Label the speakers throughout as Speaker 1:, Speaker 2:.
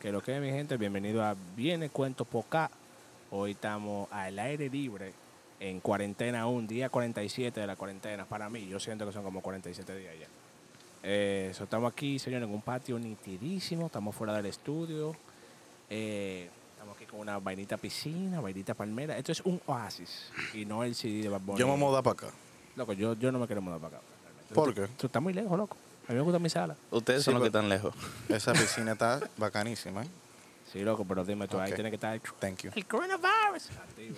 Speaker 1: Que lo que es, mi gente, bienvenido a Viene Cuento Poca. Hoy estamos al aire libre en cuarentena, un día 47 de la cuarentena. Para mí, yo siento que son como 47 días ya. Eh, so, estamos aquí, señores, en un patio nitidísimo. Estamos fuera del estudio. Eh, estamos aquí con una vainita piscina, vainita palmera. Esto es un oasis y no el CD de Bad Bunny.
Speaker 2: Yo me voy a mudar para acá.
Speaker 1: Loco, yo, yo no me quiero mudar para acá. realmente.
Speaker 2: ¿Por
Speaker 1: Tú-
Speaker 2: qué?
Speaker 1: Tú estás muy lejos, loco. A mí me gusta mi sala.
Speaker 3: Ustedes son
Speaker 2: Sí,
Speaker 3: los que
Speaker 2: pero-
Speaker 3: están lejos.
Speaker 2: Esa piscina está bacanísima, ¿eh?
Speaker 1: Sí, loco, pero dime tú, ahí
Speaker 2: Ok.
Speaker 1: tiene que estar el,
Speaker 2: Thank you.
Speaker 1: el coronavirus. Activo.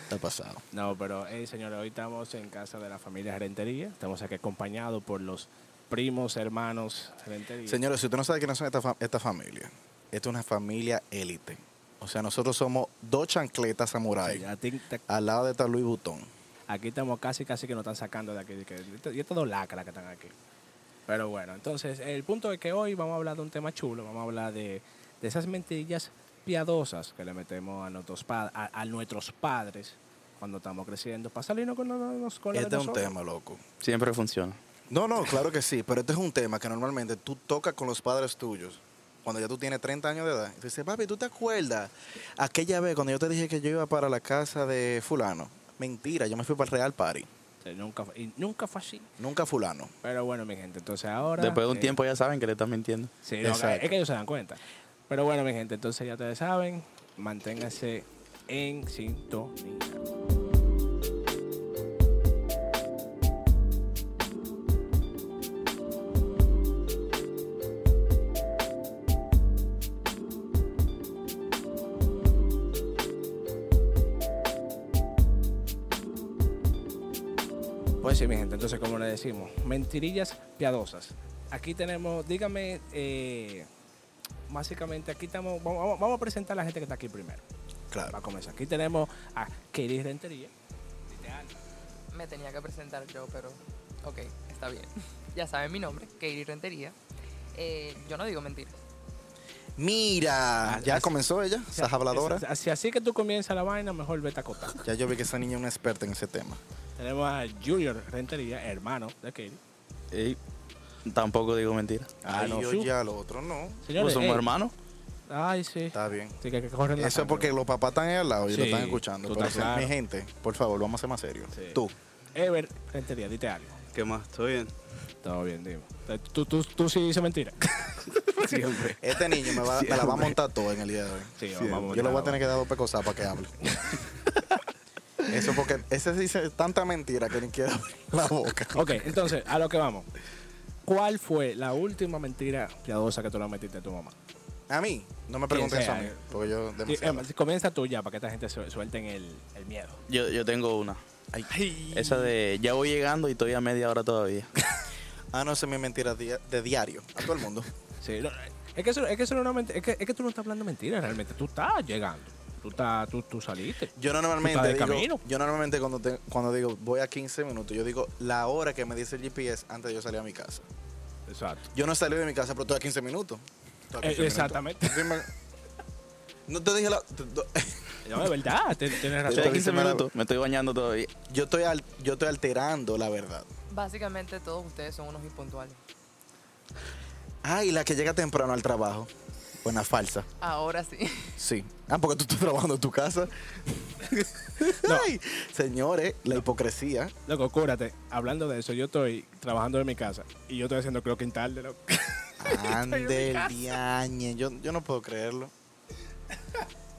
Speaker 2: Está pasado.
Speaker 1: No, pero, eh, señores, hoy estamos en casa de la familia Rentería. Estamos aquí acompañados por los primos, hermanos Rentería.
Speaker 2: Señores, si usted no sabe quiénes son esta, fa- esta familia, esta es una familia élite. O sea, nosotros somos dos chancletas
Speaker 1: Sí,
Speaker 2: samuráis
Speaker 1: a ti te-
Speaker 2: al lado de esta Louis Vuitton.
Speaker 1: Aquí estamos casi, casi que nos están sacando de aquí. de que- Y estos dos lacras que están aquí. Pero bueno, entonces el punto es que hoy vamos a hablar de un tema chulo. Vamos a hablar de, de esas mentiras piadosas que le metemos a nuestros, pa- a, a nuestros padres cuando estamos creciendo para salirnos con, los- con la de
Speaker 2: Este es un
Speaker 1: nosotros.
Speaker 2: tema, loco.
Speaker 3: Siempre funciona.
Speaker 2: No, no, claro que sí, pero este es un tema que normalmente tú tocas con los padres tuyos cuando ya tú tienes 30 años de edad. Y tú dices, papi, ¿tú te acuerdas aquella vez cuando yo te dije que yo iba para la casa de fulano? Mentira, yo me fui para el Real Party.
Speaker 1: O sea, nunca, fue- y nunca fue así.
Speaker 2: Nunca fulano.
Speaker 1: Pero bueno, mi gente, entonces ahora...
Speaker 3: Después de un
Speaker 1: eh,
Speaker 3: tiempo ya saben que le están mintiendo.
Speaker 1: Sí, no,
Speaker 2: Exacto.
Speaker 1: es que ellos se dan cuenta. Pero bueno, mi gente, entonces ya ustedes saben, manténganse en sintonía. Pues sí, mi gente, entonces como le decimos, mentirillas piadosas. Aquí tenemos, dígame, eh, básicamente aquí estamos, vamos, vamos- vamos a presentar a la gente que está aquí primero, para
Speaker 2: Claro.
Speaker 1: comenzar. Aquí tenemos a Kelly Rentería.
Speaker 4: Me tenía que presentar yo, pero ok, está bien. Ya saben mi nombre, Katie Rentería. Eh, yo no digo mentiras.
Speaker 2: Mira,
Speaker 1: Ah,
Speaker 2: ya
Speaker 1: así-
Speaker 2: comenzó ella,
Speaker 1: O sea,
Speaker 2: esas habladoras.
Speaker 1: es- es- Si así que tú comienzas la vaina, mejor vete a acotar.
Speaker 2: Ya yo vi que esa niña es una experta en ese tema.
Speaker 1: tenemos a Junior Rentería, hermano de Kelly.
Speaker 3: Y tampoco digo mentira.
Speaker 1: Ah,
Speaker 2: Ay,
Speaker 1: no,
Speaker 2: yo
Speaker 1: sí.
Speaker 2: ya lo otro no.
Speaker 3: Pues
Speaker 1: Señores,
Speaker 3: somos
Speaker 1: ey,
Speaker 3: hermanos.
Speaker 1: Ay, sí.
Speaker 2: Está bien.
Speaker 1: Sí, que, que corren la
Speaker 2: Eso es
Speaker 1: sangre.
Speaker 2: porque los papás están ahí al lado y
Speaker 1: Sí,
Speaker 2: lo están escuchando.
Speaker 1: tú
Speaker 2: Pero
Speaker 1: estás claro.
Speaker 2: Mi gente, por favor, vamos a ser más serios.
Speaker 1: Sí.
Speaker 2: Tú.
Speaker 1: Ever Rentería, dite algo.
Speaker 5: ¿Qué más? ¿Todo bien?
Speaker 1: Todo bien, dime. Tú, tú, tú sí dices mentira. Siempre.
Speaker 2: Este niño me, va- me la va a montar todo en el día de hoy.
Speaker 1: Sí,
Speaker 2: Yo
Speaker 1: vamos,
Speaker 2: le voy
Speaker 1: vamos.
Speaker 2: a tener que dar dos pecosas para que hable. Eso porque ese dice tanta mentira que ni quiere abrir la boca.
Speaker 1: Ok, entonces, a lo que vamos. ¿Cuál fue la última mentira piadosa que tú le metiste a tu mamá?
Speaker 2: A mí, no me pregunten eso
Speaker 1: sea,
Speaker 2: a mí, porque yo
Speaker 1: Sí, em-
Speaker 2: demasiado.
Speaker 1: Emma, comienza tú ya para que esta gente su- suelten el, el miedo.
Speaker 3: Yo, yo tengo una.
Speaker 2: Ay.
Speaker 3: Esa de ya voy llegando y estoy a media hora todavía.
Speaker 2: Ah, no, esa es mi mentira dia- de diario. A todo el mundo.
Speaker 1: Sí, no, es, que eso, es que eso no es una ment- es que, es que tú no estás hablando mentiras realmente. Tú estás llegando. Tú, estás, tú, tú saliste.
Speaker 2: Yo
Speaker 1: Tú
Speaker 2: normalmente
Speaker 1: estás de
Speaker 2: digo,
Speaker 1: camino.
Speaker 2: yo normalmente cuando, te- cuando digo voy a 15 minutos, yo digo la hora que me dice el GPS antes de yo salir a mi casa.
Speaker 1: Exacto.
Speaker 2: Yo no salí de mi casa, pero estoy a 15 minutos. Estoy a
Speaker 1: Eh,
Speaker 2: 15 minutos.
Speaker 1: exactamente.
Speaker 2: Sí, me- No te dije la... te- do-
Speaker 1: No, de verdad, te- tienes
Speaker 3: Estoy a
Speaker 1: razón.
Speaker 2: Entonces,
Speaker 3: 15
Speaker 2: me la-
Speaker 3: minutos. Me estoy bañando todavía.
Speaker 2: Yo estoy, al- yo estoy alterando la verdad.
Speaker 4: Básicamente todos ustedes son unos impuntuales.
Speaker 2: Ah, y la que llega temprano al trabajo. Buena falsa.
Speaker 4: Ahora sí.
Speaker 2: Sí. Ah, porque tú estás trabajando en tu casa. Ay, señores, la hipocresía.
Speaker 1: Loco, cúrate. Hablando de eso, yo estoy trabajando en mi casa y yo estoy haciendo creo tarde, loco.
Speaker 2: Ande el diañe. Yo, yo no puedo creerlo.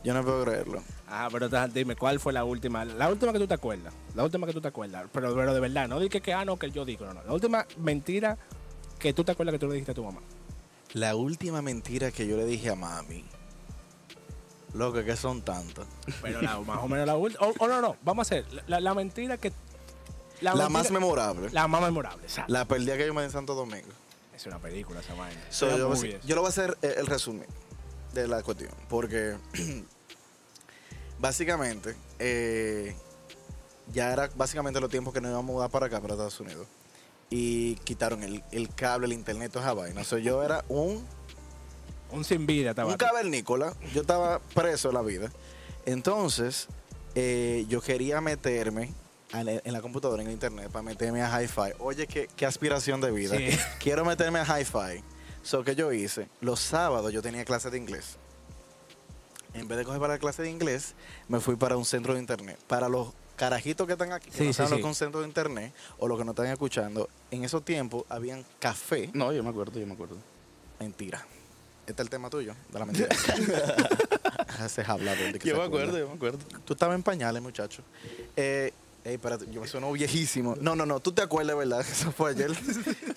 Speaker 2: Yo no puedo creerlo.
Speaker 1: Ah, pero ta- dime, ¿cuál fue la última? La última que tú te acuerdas. La última que tú te acuerdas. Pero, pero de verdad, no dije que, ah, no, que yo digo, no, no. La última mentira que tú te acuerdas que tú le dijiste a tu mamá.
Speaker 2: La última mentira que yo le dije a mami. Loco, que son tantas.
Speaker 1: Pero la- más o menos la última. O, o no, no, vamos a hacer. La, la- la mentira que.
Speaker 2: La,
Speaker 1: mentira-
Speaker 2: más memorable. La,
Speaker 1: La más memorable, exacto.
Speaker 2: perdida que yo me di en Santo Domingo.
Speaker 1: Es una película esa vaina.
Speaker 2: So,
Speaker 1: Era
Speaker 2: yo, voy a
Speaker 1: movie
Speaker 2: hacer-
Speaker 1: eso.
Speaker 2: yo lo voy a hacer eh, el resumen de la cuestión. Porque básicamente, eh, ya era básicamente los tiempos que nos íbamos a mudar para acá, para Estados Unidos. Y quitaron el, el cable, el internet, toda esa vaina. So, yo era un,
Speaker 1: Un sin vida estaba.
Speaker 2: un cavernícola. Yo estaba preso de la vida. Entonces, eh, yo quería meterme a la- en la computadora, en el internet, para meterme a Hi-Fi. Oye, qué, qué aspiración de vida.
Speaker 1: Sí.
Speaker 2: Quiero meterme a Hi-Fi. So que yo hice, los sábados yo tenía clase de inglés. En vez de coger para la clase de inglés, me fui para un centro de internet. Para los carajitos que están aquí, que
Speaker 1: Sí,
Speaker 2: no
Speaker 1: sí,
Speaker 2: saben lo
Speaker 1: sí.
Speaker 2: que es un centro de internet o los que no están escuchando, en esos tiempos habían café.
Speaker 3: No, yo me acuerdo, yo me acuerdo.
Speaker 2: Mentira. Este es el tema tuyo, de la mentira. Haces hablar de que se
Speaker 3: Yo me
Speaker 2: acuerda.
Speaker 3: acuerdo, yo me acuerdo.
Speaker 2: Tú estabas en pañales, muchacho. Eh, ey, espérate, yo me sueno viejísimo. No, no, no, tú te acuerdas, ¿verdad? Eso fue ayer.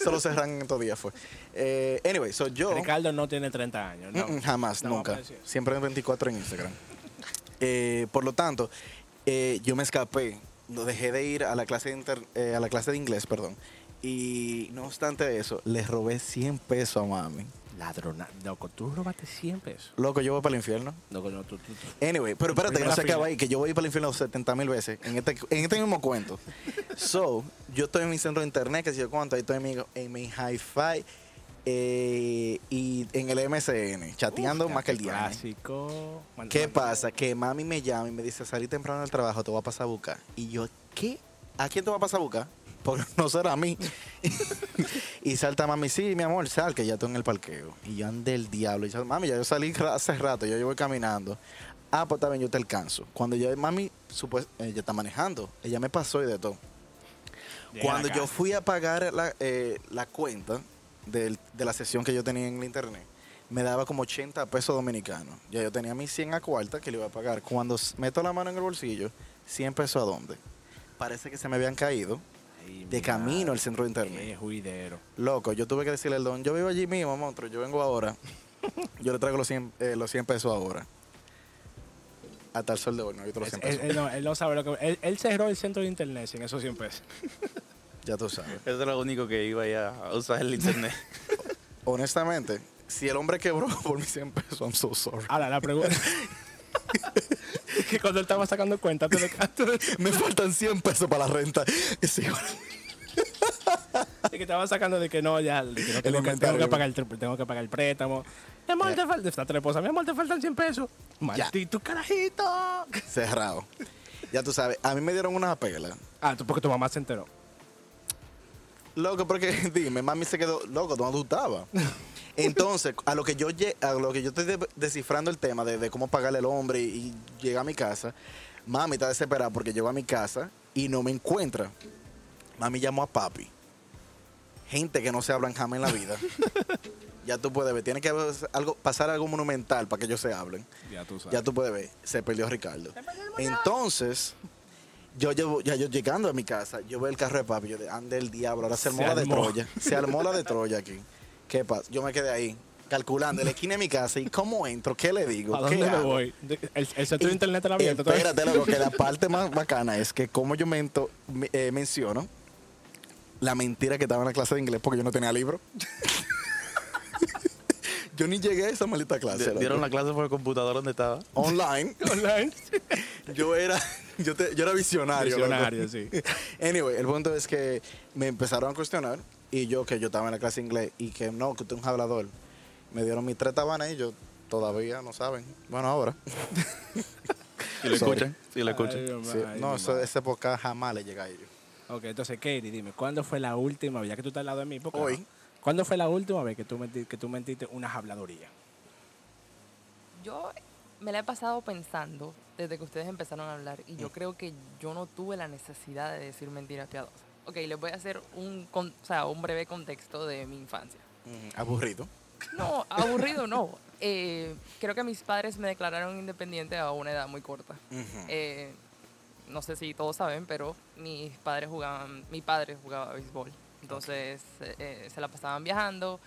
Speaker 2: Solo cerran en estos días, fue. Eh, anyway, so yo.
Speaker 1: Ricardo no tiene 30 años, ¿no?
Speaker 2: Mm, mm, jamás,
Speaker 1: No,
Speaker 2: nunca.
Speaker 1: apareció.
Speaker 2: Siempre en 24 en Instagram. Eh, por lo tanto, eh, yo me escapé. No dejé de ir a la clase de, inter- eh, a la clase de inglés, perdón. Y no obstante eso, le robé 100 pesos a mami.
Speaker 1: Ladrona. Loco, tú robaste 100 pesos.
Speaker 2: Loco, yo voy para el infierno.
Speaker 1: Loco, no, tú, tú- tú.
Speaker 2: Anyway, pero espérate, que no
Speaker 1: Primera
Speaker 2: se acaba
Speaker 1: fila.
Speaker 2: ahí, que yo voy para el infierno 70 mil veces en este, en este mismo cuento. So, yo estoy en mi centro de internet, que si yo cuánto, ahí estoy en mi, en mi hi-fi eh, y en el MSN, chateando más que el día.
Speaker 1: Clásico. Bueno,
Speaker 2: ¿Qué
Speaker 1: bueno,
Speaker 2: pasa? Que mami me llama y me dice, salí temprano del trabajo, te voy a pasar a buscar. Y yo, ¿qué? ¿A quién te va a pasar a buscar? Porque no será a mí. y salta mami, sí, mi amor, sal, que ya estoy en el parqueo. Y yo ande el diablo. Y yo, mami, ya yo salí ra- hace rato, ya yo voy caminando. Ah, pues también yo te alcanzo. Cuando ya mami, supues- ella está manejando, ella me pasó y de todo.
Speaker 1: llegan
Speaker 2: Cuando
Speaker 1: acá.
Speaker 2: yo fui a pagar la, eh, la cuenta del- de la sesión que yo tenía en el internet, me daba como 80 pesos dominicanos. Ya yo tenía mis 100 a cuarta que le iba a pagar. Cuando s- meto la mano en el bolsillo, 100 pesos a dónde? Parece que se me habían caído
Speaker 1: Ay,
Speaker 2: de
Speaker 1: mi
Speaker 2: camino al
Speaker 1: madre,
Speaker 2: centro de internet.
Speaker 1: Qué juidero.
Speaker 2: Loco, yo tuve que decirle al don, yo vivo allí mismo, monstruo, yo vengo ahora. Yo le traigo los 100, eh, los 100 pesos ahora. Hasta el sol de hoy, no he visto los
Speaker 1: Es-
Speaker 2: 100
Speaker 1: él,
Speaker 2: pesos.
Speaker 1: él no, él no sabe lo que. Él, él cerró el centro de internet sin esos 100 pesos.
Speaker 2: Ya tú sabes.
Speaker 3: Eso era lo único que iba ya a usar el internet.
Speaker 2: Honestamente, si el hombre quebró por mis 100 pesos, I'm so sorry.
Speaker 1: Ahora, la pregunta. que cuando él estaba sacando cuenta, antes de- antes de-
Speaker 2: Me faltan 100 pesos para la renta. Sí, bueno.
Speaker 1: de que estaba sacando de que no, ya, de que no tengo, que,
Speaker 2: inventario.
Speaker 1: tengo que pagar el, tri- tengo que pagar el préstamo. Mi amor, te falta. Está tu esposa, mi amor, te faltan 100 pesos. Maldito carajito.
Speaker 2: Cerrado. Ya tú sabes, a mí me dieron una pela.
Speaker 1: Ah, tú, porque tu mamá se enteró.
Speaker 2: Loco, porque dime, mami se quedó, loco, ¿dónde tú estabas? Entonces, a lo que yo lle- a lo que yo estoy de- descifrando el tema de, de cómo pagarle al hombre y, y llega a mi casa, mami está desesperada porque llegó a mi casa y no me encuentra. Mami llamó a papi. Gente que no se hablan jamás en la vida. ya tú puedes ver, tiene que haber algo, pasar algo monumental para que ellos se hablen.
Speaker 1: Ya tú sabes.
Speaker 2: Ya tú puedes ver, se perdió Ricardo. Entonces, yo llevo, ya yo llegando a mi casa, yo veo el carro de papi, yo de ande el diablo, ahora se armó
Speaker 1: Se
Speaker 2: la de
Speaker 1: armó.
Speaker 2: Troya. Se armó la de Troya aquí. ¿Qué pasa? Yo me quedé ahí, calculando en la esquina de mi casa y cómo entro, qué le digo,
Speaker 1: ¿A
Speaker 2: qué
Speaker 1: dónde me
Speaker 2: hago?
Speaker 1: voy? De- El, el centro de internet está
Speaker 2: Y-
Speaker 1: abierto. todavía.
Speaker 2: Espérate, loco, que la parte más bacana es que como yo mento, me- eh, menciono la mentira que estaba en la clase de inglés porque yo no tenía libro. yo ni llegué a esa maldita clase.
Speaker 3: Di-
Speaker 2: loco.
Speaker 3: Dieron la clase por el computador donde estaba.
Speaker 2: Online.
Speaker 1: Online.
Speaker 2: Yo era, yo, te- yo era visionario. loco.
Speaker 1: Visionario, sí.
Speaker 2: Anyway, el punto es que me empezaron a cuestionar y yo que yo estaba en la clase de inglés y que no, que usted es un hablador. Me dieron mis tres tabanas y yo todavía no saben. Bueno, ahora.
Speaker 3: Si lo
Speaker 2: Sorry.
Speaker 3: escuchan, si lo escuchan.
Speaker 1: Ay, mi
Speaker 2: Sí,
Speaker 1: madre,
Speaker 2: no,
Speaker 1: mi
Speaker 2: eso,
Speaker 1: madre.
Speaker 2: esa época jamás le llega a ellos.
Speaker 1: Ok, entonces, Katie, dime, ¿cuándo fue la última vez, ya que tú estás al lado de mí? porque
Speaker 2: Hoy.
Speaker 1: no, ¿Cuándo fue la última vez que tú, menti- que tú mentiste unas habladurías?
Speaker 4: Yo me la he pasado pensando desde que ustedes empezaron a hablar y yo creo que yo no tuve la necesidad de decir mentiras piadosas. Ok, les voy a hacer un, con- o sea, un breve contexto de mi infancia.
Speaker 2: Aburrido.
Speaker 4: No, aburrido no. Eh, creo que mis padres me declararon independiente a una edad muy corta. Eh, no sé si todos saben, pero mis padres jugaban, mi padre jugaba béisbol. Entonces eh, se la pasaban viajando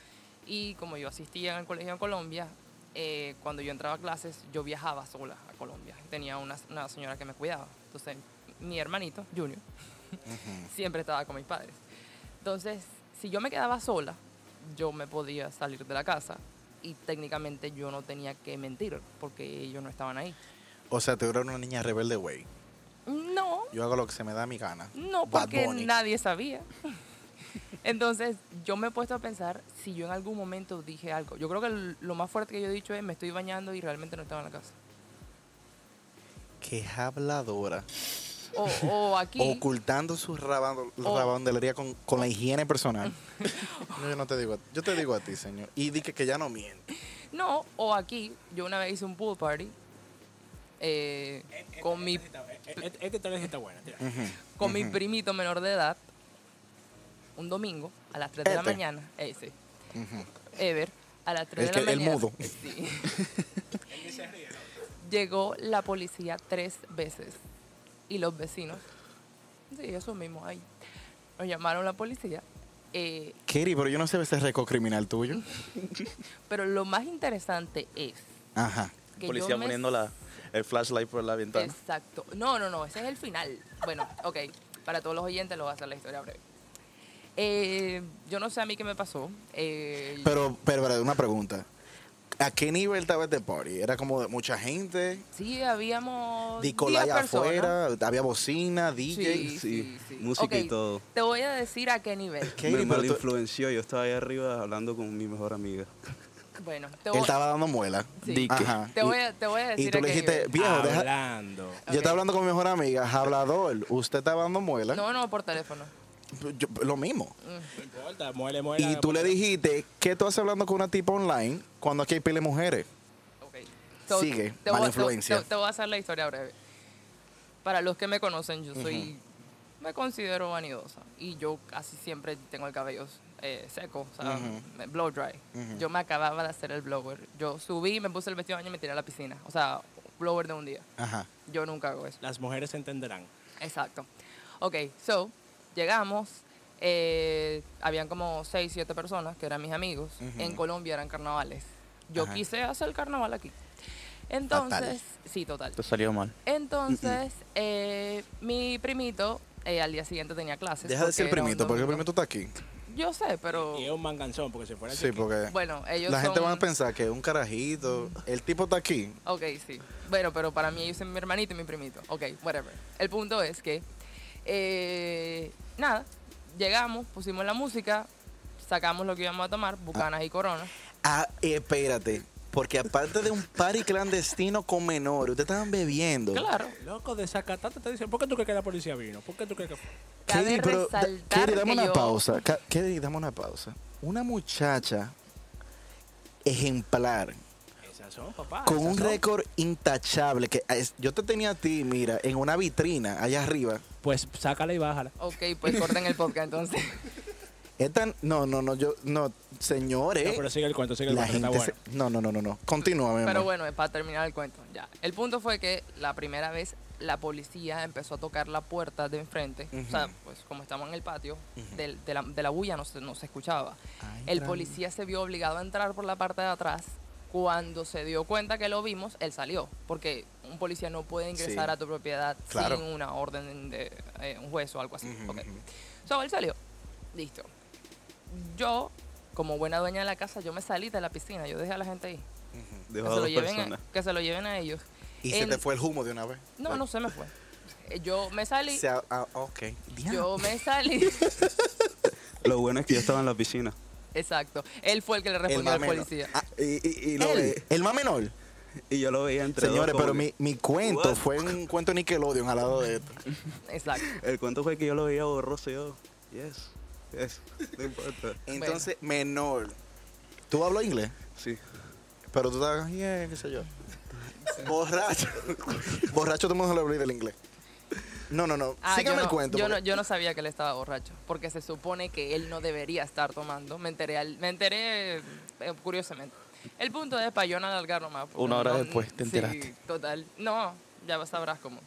Speaker 4: y como yo asistía al colegio en Colombia, eh, cuando yo entraba a clases yo viajaba sola a Colombia. Tenía una, una señora que me cuidaba. Entonces mi hermanito, Junior, siempre estaba con mis padres. Entonces, si yo me quedaba sola, yo me podía salir de la casa y técnicamente yo no tenía que mentir porque ellos no estaban ahí.
Speaker 2: O sea, tú eres una niña rebelde, güey.
Speaker 4: No,
Speaker 2: Yo hago lo que se me da mi gana.
Speaker 4: no,
Speaker 2: Bad
Speaker 4: porque
Speaker 2: Bunny.
Speaker 4: nadie sabía. Entonces, yo me he puesto a pensar si yo en algún momento dije algo. Yo creo que l- lo más fuerte que yo he dicho es me estoy bañando y realmente no estaba en la casa.
Speaker 2: Qué habladora.
Speaker 4: o, o aquí. Oh.
Speaker 2: Ocultando su rabando-
Speaker 4: O-
Speaker 2: rabandelería con, con la higiene personal. No, yo no te digo a, yo te digo a ti, señor. Y di que, que ya no miente.
Speaker 4: No, o aquí. Yo una vez hice un pool party eh, con, mi,
Speaker 1: Este tal vez está buena. tira.
Speaker 4: con mi primito menor de edad un domingo a las 3 de la
Speaker 2: Este.
Speaker 4: mañana. Ese. Ever, a las 3
Speaker 2: El
Speaker 4: de la
Speaker 2: que- el
Speaker 4: mañana.
Speaker 2: mudo.
Speaker 4: Sí. Llegó la policía tres veces y los vecinos. Sí, eso mismo. Ahí. Nos llamaron la policía. eh,
Speaker 2: Kiri, pero yo no sé ese récord criminal tuyo.
Speaker 4: pero lo más interesante es
Speaker 2: Ajá.
Speaker 4: que
Speaker 3: Policía
Speaker 4: yo me
Speaker 3: poniendo la, el flashlight por la ventana.
Speaker 4: Exacto. No, no, no, ese es el final. Bueno, ok, para todos los oyentes lo voy a hacer la historia breve. Eh, yo no sé a mí qué me pasó. Eh,
Speaker 2: Pero, pero, pero, una pregunta. ¿A qué nivel estaba este party? ¿Era como de mucha gente?
Speaker 4: sí, habíamos.
Speaker 2: Dicolay
Speaker 4: 10 personas.
Speaker 2: afuera, había bocina, DJ.
Speaker 4: Sí, sí, sí.
Speaker 5: música y
Speaker 4: Ok,
Speaker 5: todo.
Speaker 4: Te voy a decir a qué nivel.
Speaker 2: Katie,
Speaker 5: me
Speaker 2: pero
Speaker 5: mal
Speaker 2: tú-
Speaker 5: influenció. Yo estaba ahí arriba hablando con mi mejor amiga.
Speaker 4: Bueno, te
Speaker 2: Él
Speaker 4: voy,
Speaker 2: estaba dando muela.
Speaker 4: sí.
Speaker 3: Dique.
Speaker 2: Ajá.
Speaker 4: Te, voy a, te voy a
Speaker 2: Y
Speaker 4: decir
Speaker 2: tú
Speaker 4: a
Speaker 2: le
Speaker 4: qué
Speaker 2: dijiste,
Speaker 4: nivel.
Speaker 2: viejo, deja,
Speaker 1: Hablando.
Speaker 2: Yo
Speaker 4: Ok.
Speaker 2: estaba hablando con mi mejor amiga, hablador. Usted está dando muela.
Speaker 4: No, no, por teléfono.
Speaker 2: Yo- lo mismo.
Speaker 1: No importa, muele, muele.
Speaker 2: Y tú le dijiste, ¿qué tú haces hablando con una tipa online cuando aquí hay pile mujeres?
Speaker 4: Ok.
Speaker 2: Sigue,
Speaker 4: te voy-
Speaker 2: mala
Speaker 4: te-
Speaker 2: influencia.
Speaker 4: Te, te voy a hacer la historia breve. Para los que me conocen, yo soy. Me considero vanidosa. Y yo casi siempre tengo el cabello eh, seco, o sea, me- blow dry. Yo me acababa de hacer el blower. Yo subí, me puse el vestido de baño y me tiré a la piscina. O sea, blower de un día.
Speaker 2: Ajá.
Speaker 4: Yo nunca hago eso.
Speaker 1: Las mujeres entenderán.
Speaker 4: Exacto. Ok, so, llegamos. eh, habían como 6, 7 personas que eran mis amigos. En Colombia eran carnavales. Yo
Speaker 2: Ajá.
Speaker 4: quise hacer carnaval aquí. Entonces, sí, total.
Speaker 3: Esto salió mal.
Speaker 4: Entonces, eh, mi primito eh, al día siguiente tenía clases.
Speaker 2: Deja de
Speaker 4: porque
Speaker 2: ser
Speaker 4: era un
Speaker 2: primito, porque el
Speaker 4: domingo.
Speaker 2: primito está aquí.
Speaker 4: Yo sé, pero.
Speaker 1: Y es un manganzón, porque si fuera
Speaker 2: Oh. Sí,
Speaker 1: chiquito,
Speaker 2: porque
Speaker 4: Bueno, ellos
Speaker 2: la gente
Speaker 4: son-
Speaker 2: va a pensar que es un carajito.
Speaker 4: Mm.
Speaker 2: El tipo está aquí.
Speaker 4: Ok, sí. Bueno, pero para mí ellos son mi hermanito y mi primito. Ok, whatever. El punto es que, eh, nada, llegamos, pusimos la música, sacamos lo que íbamos a tomar, bucanas y corona.
Speaker 2: Ah, eh, espérate. Porque aparte de un party clandestino con menores, ustedes estaban bebiendo.
Speaker 4: Claro.
Speaker 1: Loco, desacatante te dicen, ¿por qué tú crees que la policía vino? ¿Por qué tú crees que fue?
Speaker 4: Cabe
Speaker 2: Katie, pero, da-
Speaker 4: resaltar
Speaker 2: Katie, dame
Speaker 4: que
Speaker 2: una
Speaker 4: yo-
Speaker 2: pausa. Ca- Katie, dame una pausa. Una muchacha ejemplar,
Speaker 1: Esas son, papá.
Speaker 4: Ah,
Speaker 2: con
Speaker 1: esas
Speaker 2: un
Speaker 1: son.
Speaker 2: récord intachable. que es- Yo te tenía a ti, mira, en una vitrina allá arriba.
Speaker 1: Pues sácala y bájala.
Speaker 4: Ok, pues corten el podcast entonces.
Speaker 2: Esta, no, no, no, yo, no, señores.
Speaker 1: No, pero sigue el cuento, sigue el
Speaker 2: ¿Eh? la
Speaker 1: cuento, está
Speaker 2: gente
Speaker 1: bueno.
Speaker 2: se- No, no, no, no, no. Continúa, mi
Speaker 4: Pero
Speaker 2: amor.
Speaker 4: bueno, para terminar el cuento, ya. El punto fue que la primera vez la policía empezó a tocar la puerta de enfrente. O sea, pues como estamos en el patio, del- de, la, de la bulla no se, no se escuchaba.
Speaker 2: Ay,
Speaker 4: el
Speaker 2: tra-
Speaker 4: policía se vio obligado a entrar por la parte de atrás. Cuando se dio cuenta que lo vimos, él salió. Porque un policía no puede ingresar
Speaker 2: Sí.
Speaker 4: a tu propiedad
Speaker 2: Claro.
Speaker 4: sin una orden de eh, un juez o algo así. Ok. So, él salió. Listo. Yo, como buena dueña de la casa, yo me salí de la piscina. Yo dejé a la gente ahí.
Speaker 5: Dejó
Speaker 4: Que se,
Speaker 5: a
Speaker 4: lo
Speaker 5: dos
Speaker 4: lleven a,
Speaker 5: personas.
Speaker 4: que se lo lleven a ellos.
Speaker 2: Y se
Speaker 4: En-
Speaker 2: te fue el humo de una vez.
Speaker 4: No, no se me fue. Eh, Yo me salí.
Speaker 2: Se, a- ah, ok.
Speaker 4: Yo me salí.
Speaker 5: Lo bueno es que yo estaba en la piscina.
Speaker 4: Exacto. Él fue el que le respondió al
Speaker 2: más menor.
Speaker 4: policía.
Speaker 2: Ah,
Speaker 5: Y, y, y, lo
Speaker 2: él,
Speaker 5: ve-
Speaker 2: el más menor.
Speaker 5: y yo lo veía entre dos,
Speaker 2: Señores,
Speaker 5: como
Speaker 2: pero
Speaker 5: que-
Speaker 2: mi, mi cuento
Speaker 5: What?
Speaker 2: fue un cuento Nickelodeon al lado de esto.
Speaker 4: Exacto.
Speaker 5: El cuento fue que yo lo veía borroso y yo, yes, yes, no importa.
Speaker 2: Entonces, menor. ¿Tú hablas inglés?
Speaker 5: Sí.
Speaker 2: Pero tú estabas, yeah, qué sé yo. Borracho. Borracho, todo el mundo se le olvida el inglés. No, no, no.
Speaker 4: Ah,
Speaker 2: Sígame
Speaker 4: yo no,
Speaker 2: el cuento.
Speaker 4: Yo no,
Speaker 2: porque-
Speaker 4: yo no sabía que él estaba borracho, porque se supone que él no debería estar tomando. Me enteré, al- me enteré eh, curiosamente. El punto es para yo no alargarlo más. porque
Speaker 3: Una hora
Speaker 4: no-
Speaker 3: después te
Speaker 4: sí,
Speaker 3: enteraste.
Speaker 4: total. No, ya sabrás cómo.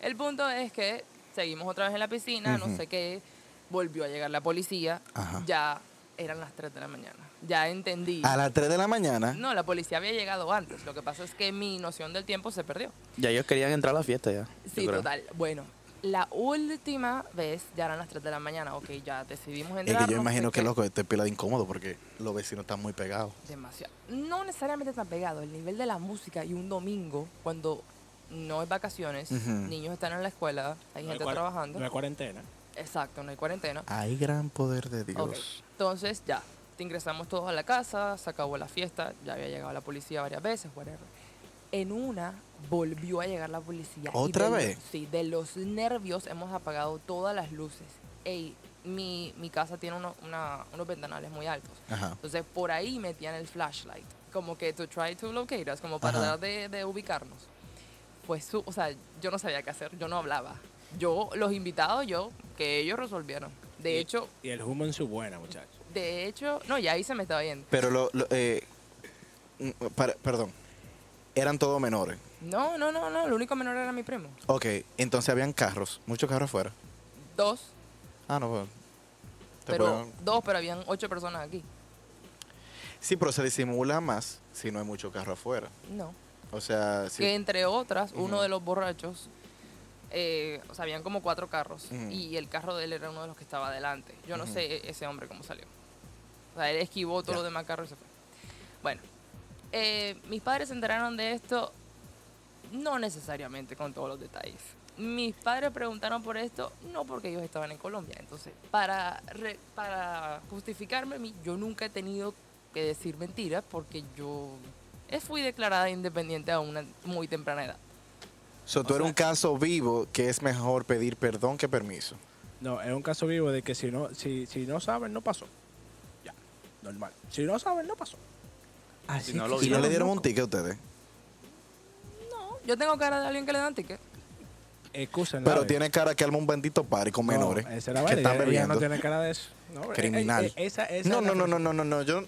Speaker 4: El punto es que seguimos otra vez en la piscina, no sé qué. Volvió a llegar la policía.
Speaker 2: Ajá.
Speaker 4: Ya eran las 3 de la mañana. Ya entendí.
Speaker 2: A las 3 de la mañana.
Speaker 4: No, la policía había llegado antes. Lo que pasa es que mi noción del tiempo se perdió.
Speaker 3: Ya ellos querían entrar a la fiesta ya. yo
Speaker 4: Sí,
Speaker 3: creo.
Speaker 4: total. Bueno, la última vez ya eran las 3 de la mañana. Ok, ya decidimos
Speaker 2: es
Speaker 4: entrar.
Speaker 2: que yo
Speaker 4: no
Speaker 2: imagino
Speaker 4: sé
Speaker 2: que
Speaker 4: qué.
Speaker 2: loco, este es pila de incómodo porque los vecinos están muy pegados.
Speaker 4: Demasiado. No necesariamente tan pegado. El nivel de la música y un domingo, cuando no es vacaciones, niños están en la escuela, hay
Speaker 1: No hay
Speaker 4: gente
Speaker 1: cuar-
Speaker 4: trabajando.
Speaker 1: No hay cuarentena.
Speaker 4: Exacto, no hay cuarentena.
Speaker 2: Hay gran poder de Dios.
Speaker 4: Ok, Entonces, ya, te ingresamos todos a la casa, se acabó la fiesta, ya había llegado la policía varias veces, whatever. En una volvió a llegar la policía. y
Speaker 2: ¿Otra
Speaker 4: de lo-
Speaker 2: vez?
Speaker 4: sí, de los nervios hemos apagado todas las luces. Ey, mi, mi casa tiene uno- una- unos ventanales muy altos.
Speaker 2: Ajá.
Speaker 4: Entonces por ahí metían el flashlight, como que to try to locate us, como para
Speaker 2: Ajá.
Speaker 4: tratar de, de ubicarnos. Pues, su- o sea, yo no sabía qué hacer, yo no hablaba. Yo, los invitados, yo, que ellos resolvieron. De
Speaker 1: Y-
Speaker 4: hecho,
Speaker 1: Y el humo en su buena, muchachos.
Speaker 4: de hecho, no, ya ahí se me estaba yendo.
Speaker 2: Pero lo, lo, eh, mm, para- perdón, eran todos menores.
Speaker 4: No, no, no, no, lo único menor era mi primo.
Speaker 2: Ok, entonces habían carros, muchos carros afuera.
Speaker 4: Dos,
Speaker 2: Ah, no, pues, te
Speaker 4: pero
Speaker 2: podían-
Speaker 4: dos, pero habían ocho personas aquí.
Speaker 2: Sí, pero se disimula más si no hay mucho carro afuera.
Speaker 4: No.
Speaker 2: O sea, si
Speaker 4: Que entre otras, uno
Speaker 2: Ujú.
Speaker 4: de los borrachos, eh, o sea, habían como cuatro carros
Speaker 2: Ujú.
Speaker 4: y el carro de él era uno de los que estaba adelante. Yo no sé e-, ese hombre cómo salió. O sea, él esquivó todos
Speaker 2: Ya.
Speaker 4: los demás carros y se fue. Bueno, eh, mis padres se enteraron de esto, no necesariamente con todos los detalles. Mis padres preguntaron por esto, no porque ellos estaban en Colombia. Entonces, para, re- para justificarme a mí, yo nunca he tenido que decir mentiras porque yo eh, fui declarada independiente a una muy temprana edad.
Speaker 2: so, tú
Speaker 4: o
Speaker 2: eres
Speaker 4: sea-
Speaker 2: un caso vivo que es mejor pedir perdón que permiso.
Speaker 1: No, es un caso vivo de que si no, si, si no saben, no pasó. Ya, normal. Si no saben, no pasó.
Speaker 3: Si no lo
Speaker 2: ¿Y no
Speaker 3: vieron,
Speaker 2: le dieron
Speaker 3: loco.
Speaker 2: un ticket a ustedes?
Speaker 4: No, yo tengo cara de alguien que le dan ticket.
Speaker 1: Excusen.
Speaker 2: Pero tiene cara que alma un bendito party con menores
Speaker 1: esa era
Speaker 2: que
Speaker 1: vaina,
Speaker 2: están
Speaker 1: ella- ella no
Speaker 2: bebiendo.
Speaker 1: tiene cara de eso. No, eh, eh,
Speaker 2: Criminal.
Speaker 1: eh, esa- esa
Speaker 2: No,
Speaker 1: es la
Speaker 2: no, no, no, no, no, no, yo...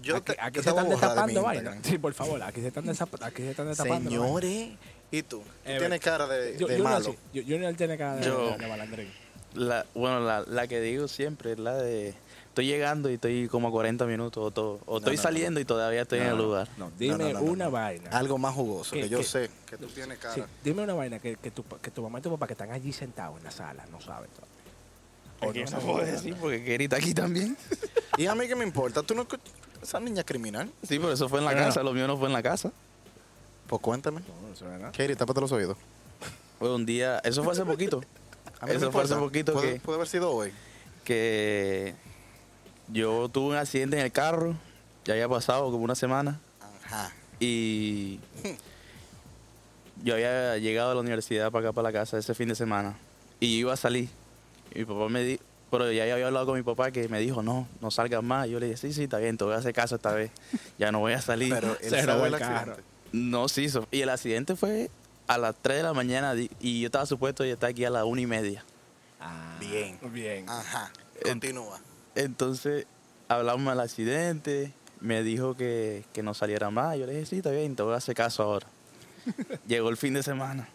Speaker 2: Yo
Speaker 1: aquí,
Speaker 2: te-
Speaker 1: aquí
Speaker 2: yo
Speaker 1: se
Speaker 2: te voy
Speaker 1: están
Speaker 2: a borrar de mi
Speaker 1: destapando
Speaker 2: Instagram.
Speaker 1: vainas. Sí, por favor, aquí se están, desap- aquí se están destapando. las vainas.
Speaker 2: Señores, ¿y tú? Tú
Speaker 1: Eh,
Speaker 2: tienes cara de,
Speaker 1: yo,
Speaker 2: de
Speaker 1: yo no
Speaker 2: malo.
Speaker 1: sé, yo, yo no tiene cara de,
Speaker 3: Yo-
Speaker 1: de- de malandrín.
Speaker 3: La, bueno, la, la que digo siempre es la de... Estoy llegando y estoy como a 40 minutos o todo. O estoy
Speaker 2: no, no.
Speaker 3: saliendo y todavía estoy en el lugar.
Speaker 1: No, dime
Speaker 2: No, no, no, no,
Speaker 1: una
Speaker 2: no.
Speaker 1: vaina.
Speaker 2: Algo más jugoso,
Speaker 1: ¿Qué-
Speaker 2: que yo
Speaker 1: qué?
Speaker 2: sé que tú tienes cara.
Speaker 1: Sí, dime una vaina que, que, tu, pa- que tu mamá y tu papá que están allí sentados en la sala no saben todavía. O
Speaker 3: Porque
Speaker 1: no
Speaker 3: yo no
Speaker 1: saben
Speaker 3: puedo
Speaker 1: nada.
Speaker 3: decir porque Kerry está aquí también.
Speaker 2: Y a mí que me importa, tú no... escuch- Esa niña criminal.
Speaker 3: Sí, pero eso fue en la
Speaker 1: No, no,
Speaker 3: casa. Lo mío no fue en la casa.
Speaker 2: Pues cuéntame.
Speaker 1: No, no saben nada.
Speaker 2: Katie, tápate los oídos.
Speaker 3: Fue un día... Eso fue hace poquito.
Speaker 2: A mí no
Speaker 3: eso
Speaker 2: me
Speaker 3: fue hace
Speaker 2: importa.
Speaker 3: poquito
Speaker 2: Puede-
Speaker 3: que...
Speaker 2: Puede haber sido hoy.
Speaker 3: que yo tuve un accidente en el carro, ya había pasado como una semana,
Speaker 2: Ajá.
Speaker 3: y yo había llegado a la universidad para acá, para la casa, ese fin de semana, y yo iba a salir. Y mi papá me dijo, pero ya yo había hablado con mi papá que me dijo, no, no salgas más. Y yo le dije, sí, sí, está bien, te voy a hacer caso esta vez, ya no voy a salir.
Speaker 2: Pero él
Speaker 1: Se robó
Speaker 2: sabe el
Speaker 1: el carro.
Speaker 2: accidente.
Speaker 3: No, sí, so- y el accidente fue a las 3 de la mañana, di- y yo estaba supuesto ya estar aquí a las 1 y media.
Speaker 2: Bien.
Speaker 1: Ah,
Speaker 2: Ah,
Speaker 1: Bien.
Speaker 2: Ajá.
Speaker 3: Eh,
Speaker 2: Continúa.
Speaker 3: Entonces hablamos del accidente, me dijo que, que no saliera más. Yo le dije, sí, está bien, te voy a hacer caso ahora. Llegó el fin de semana.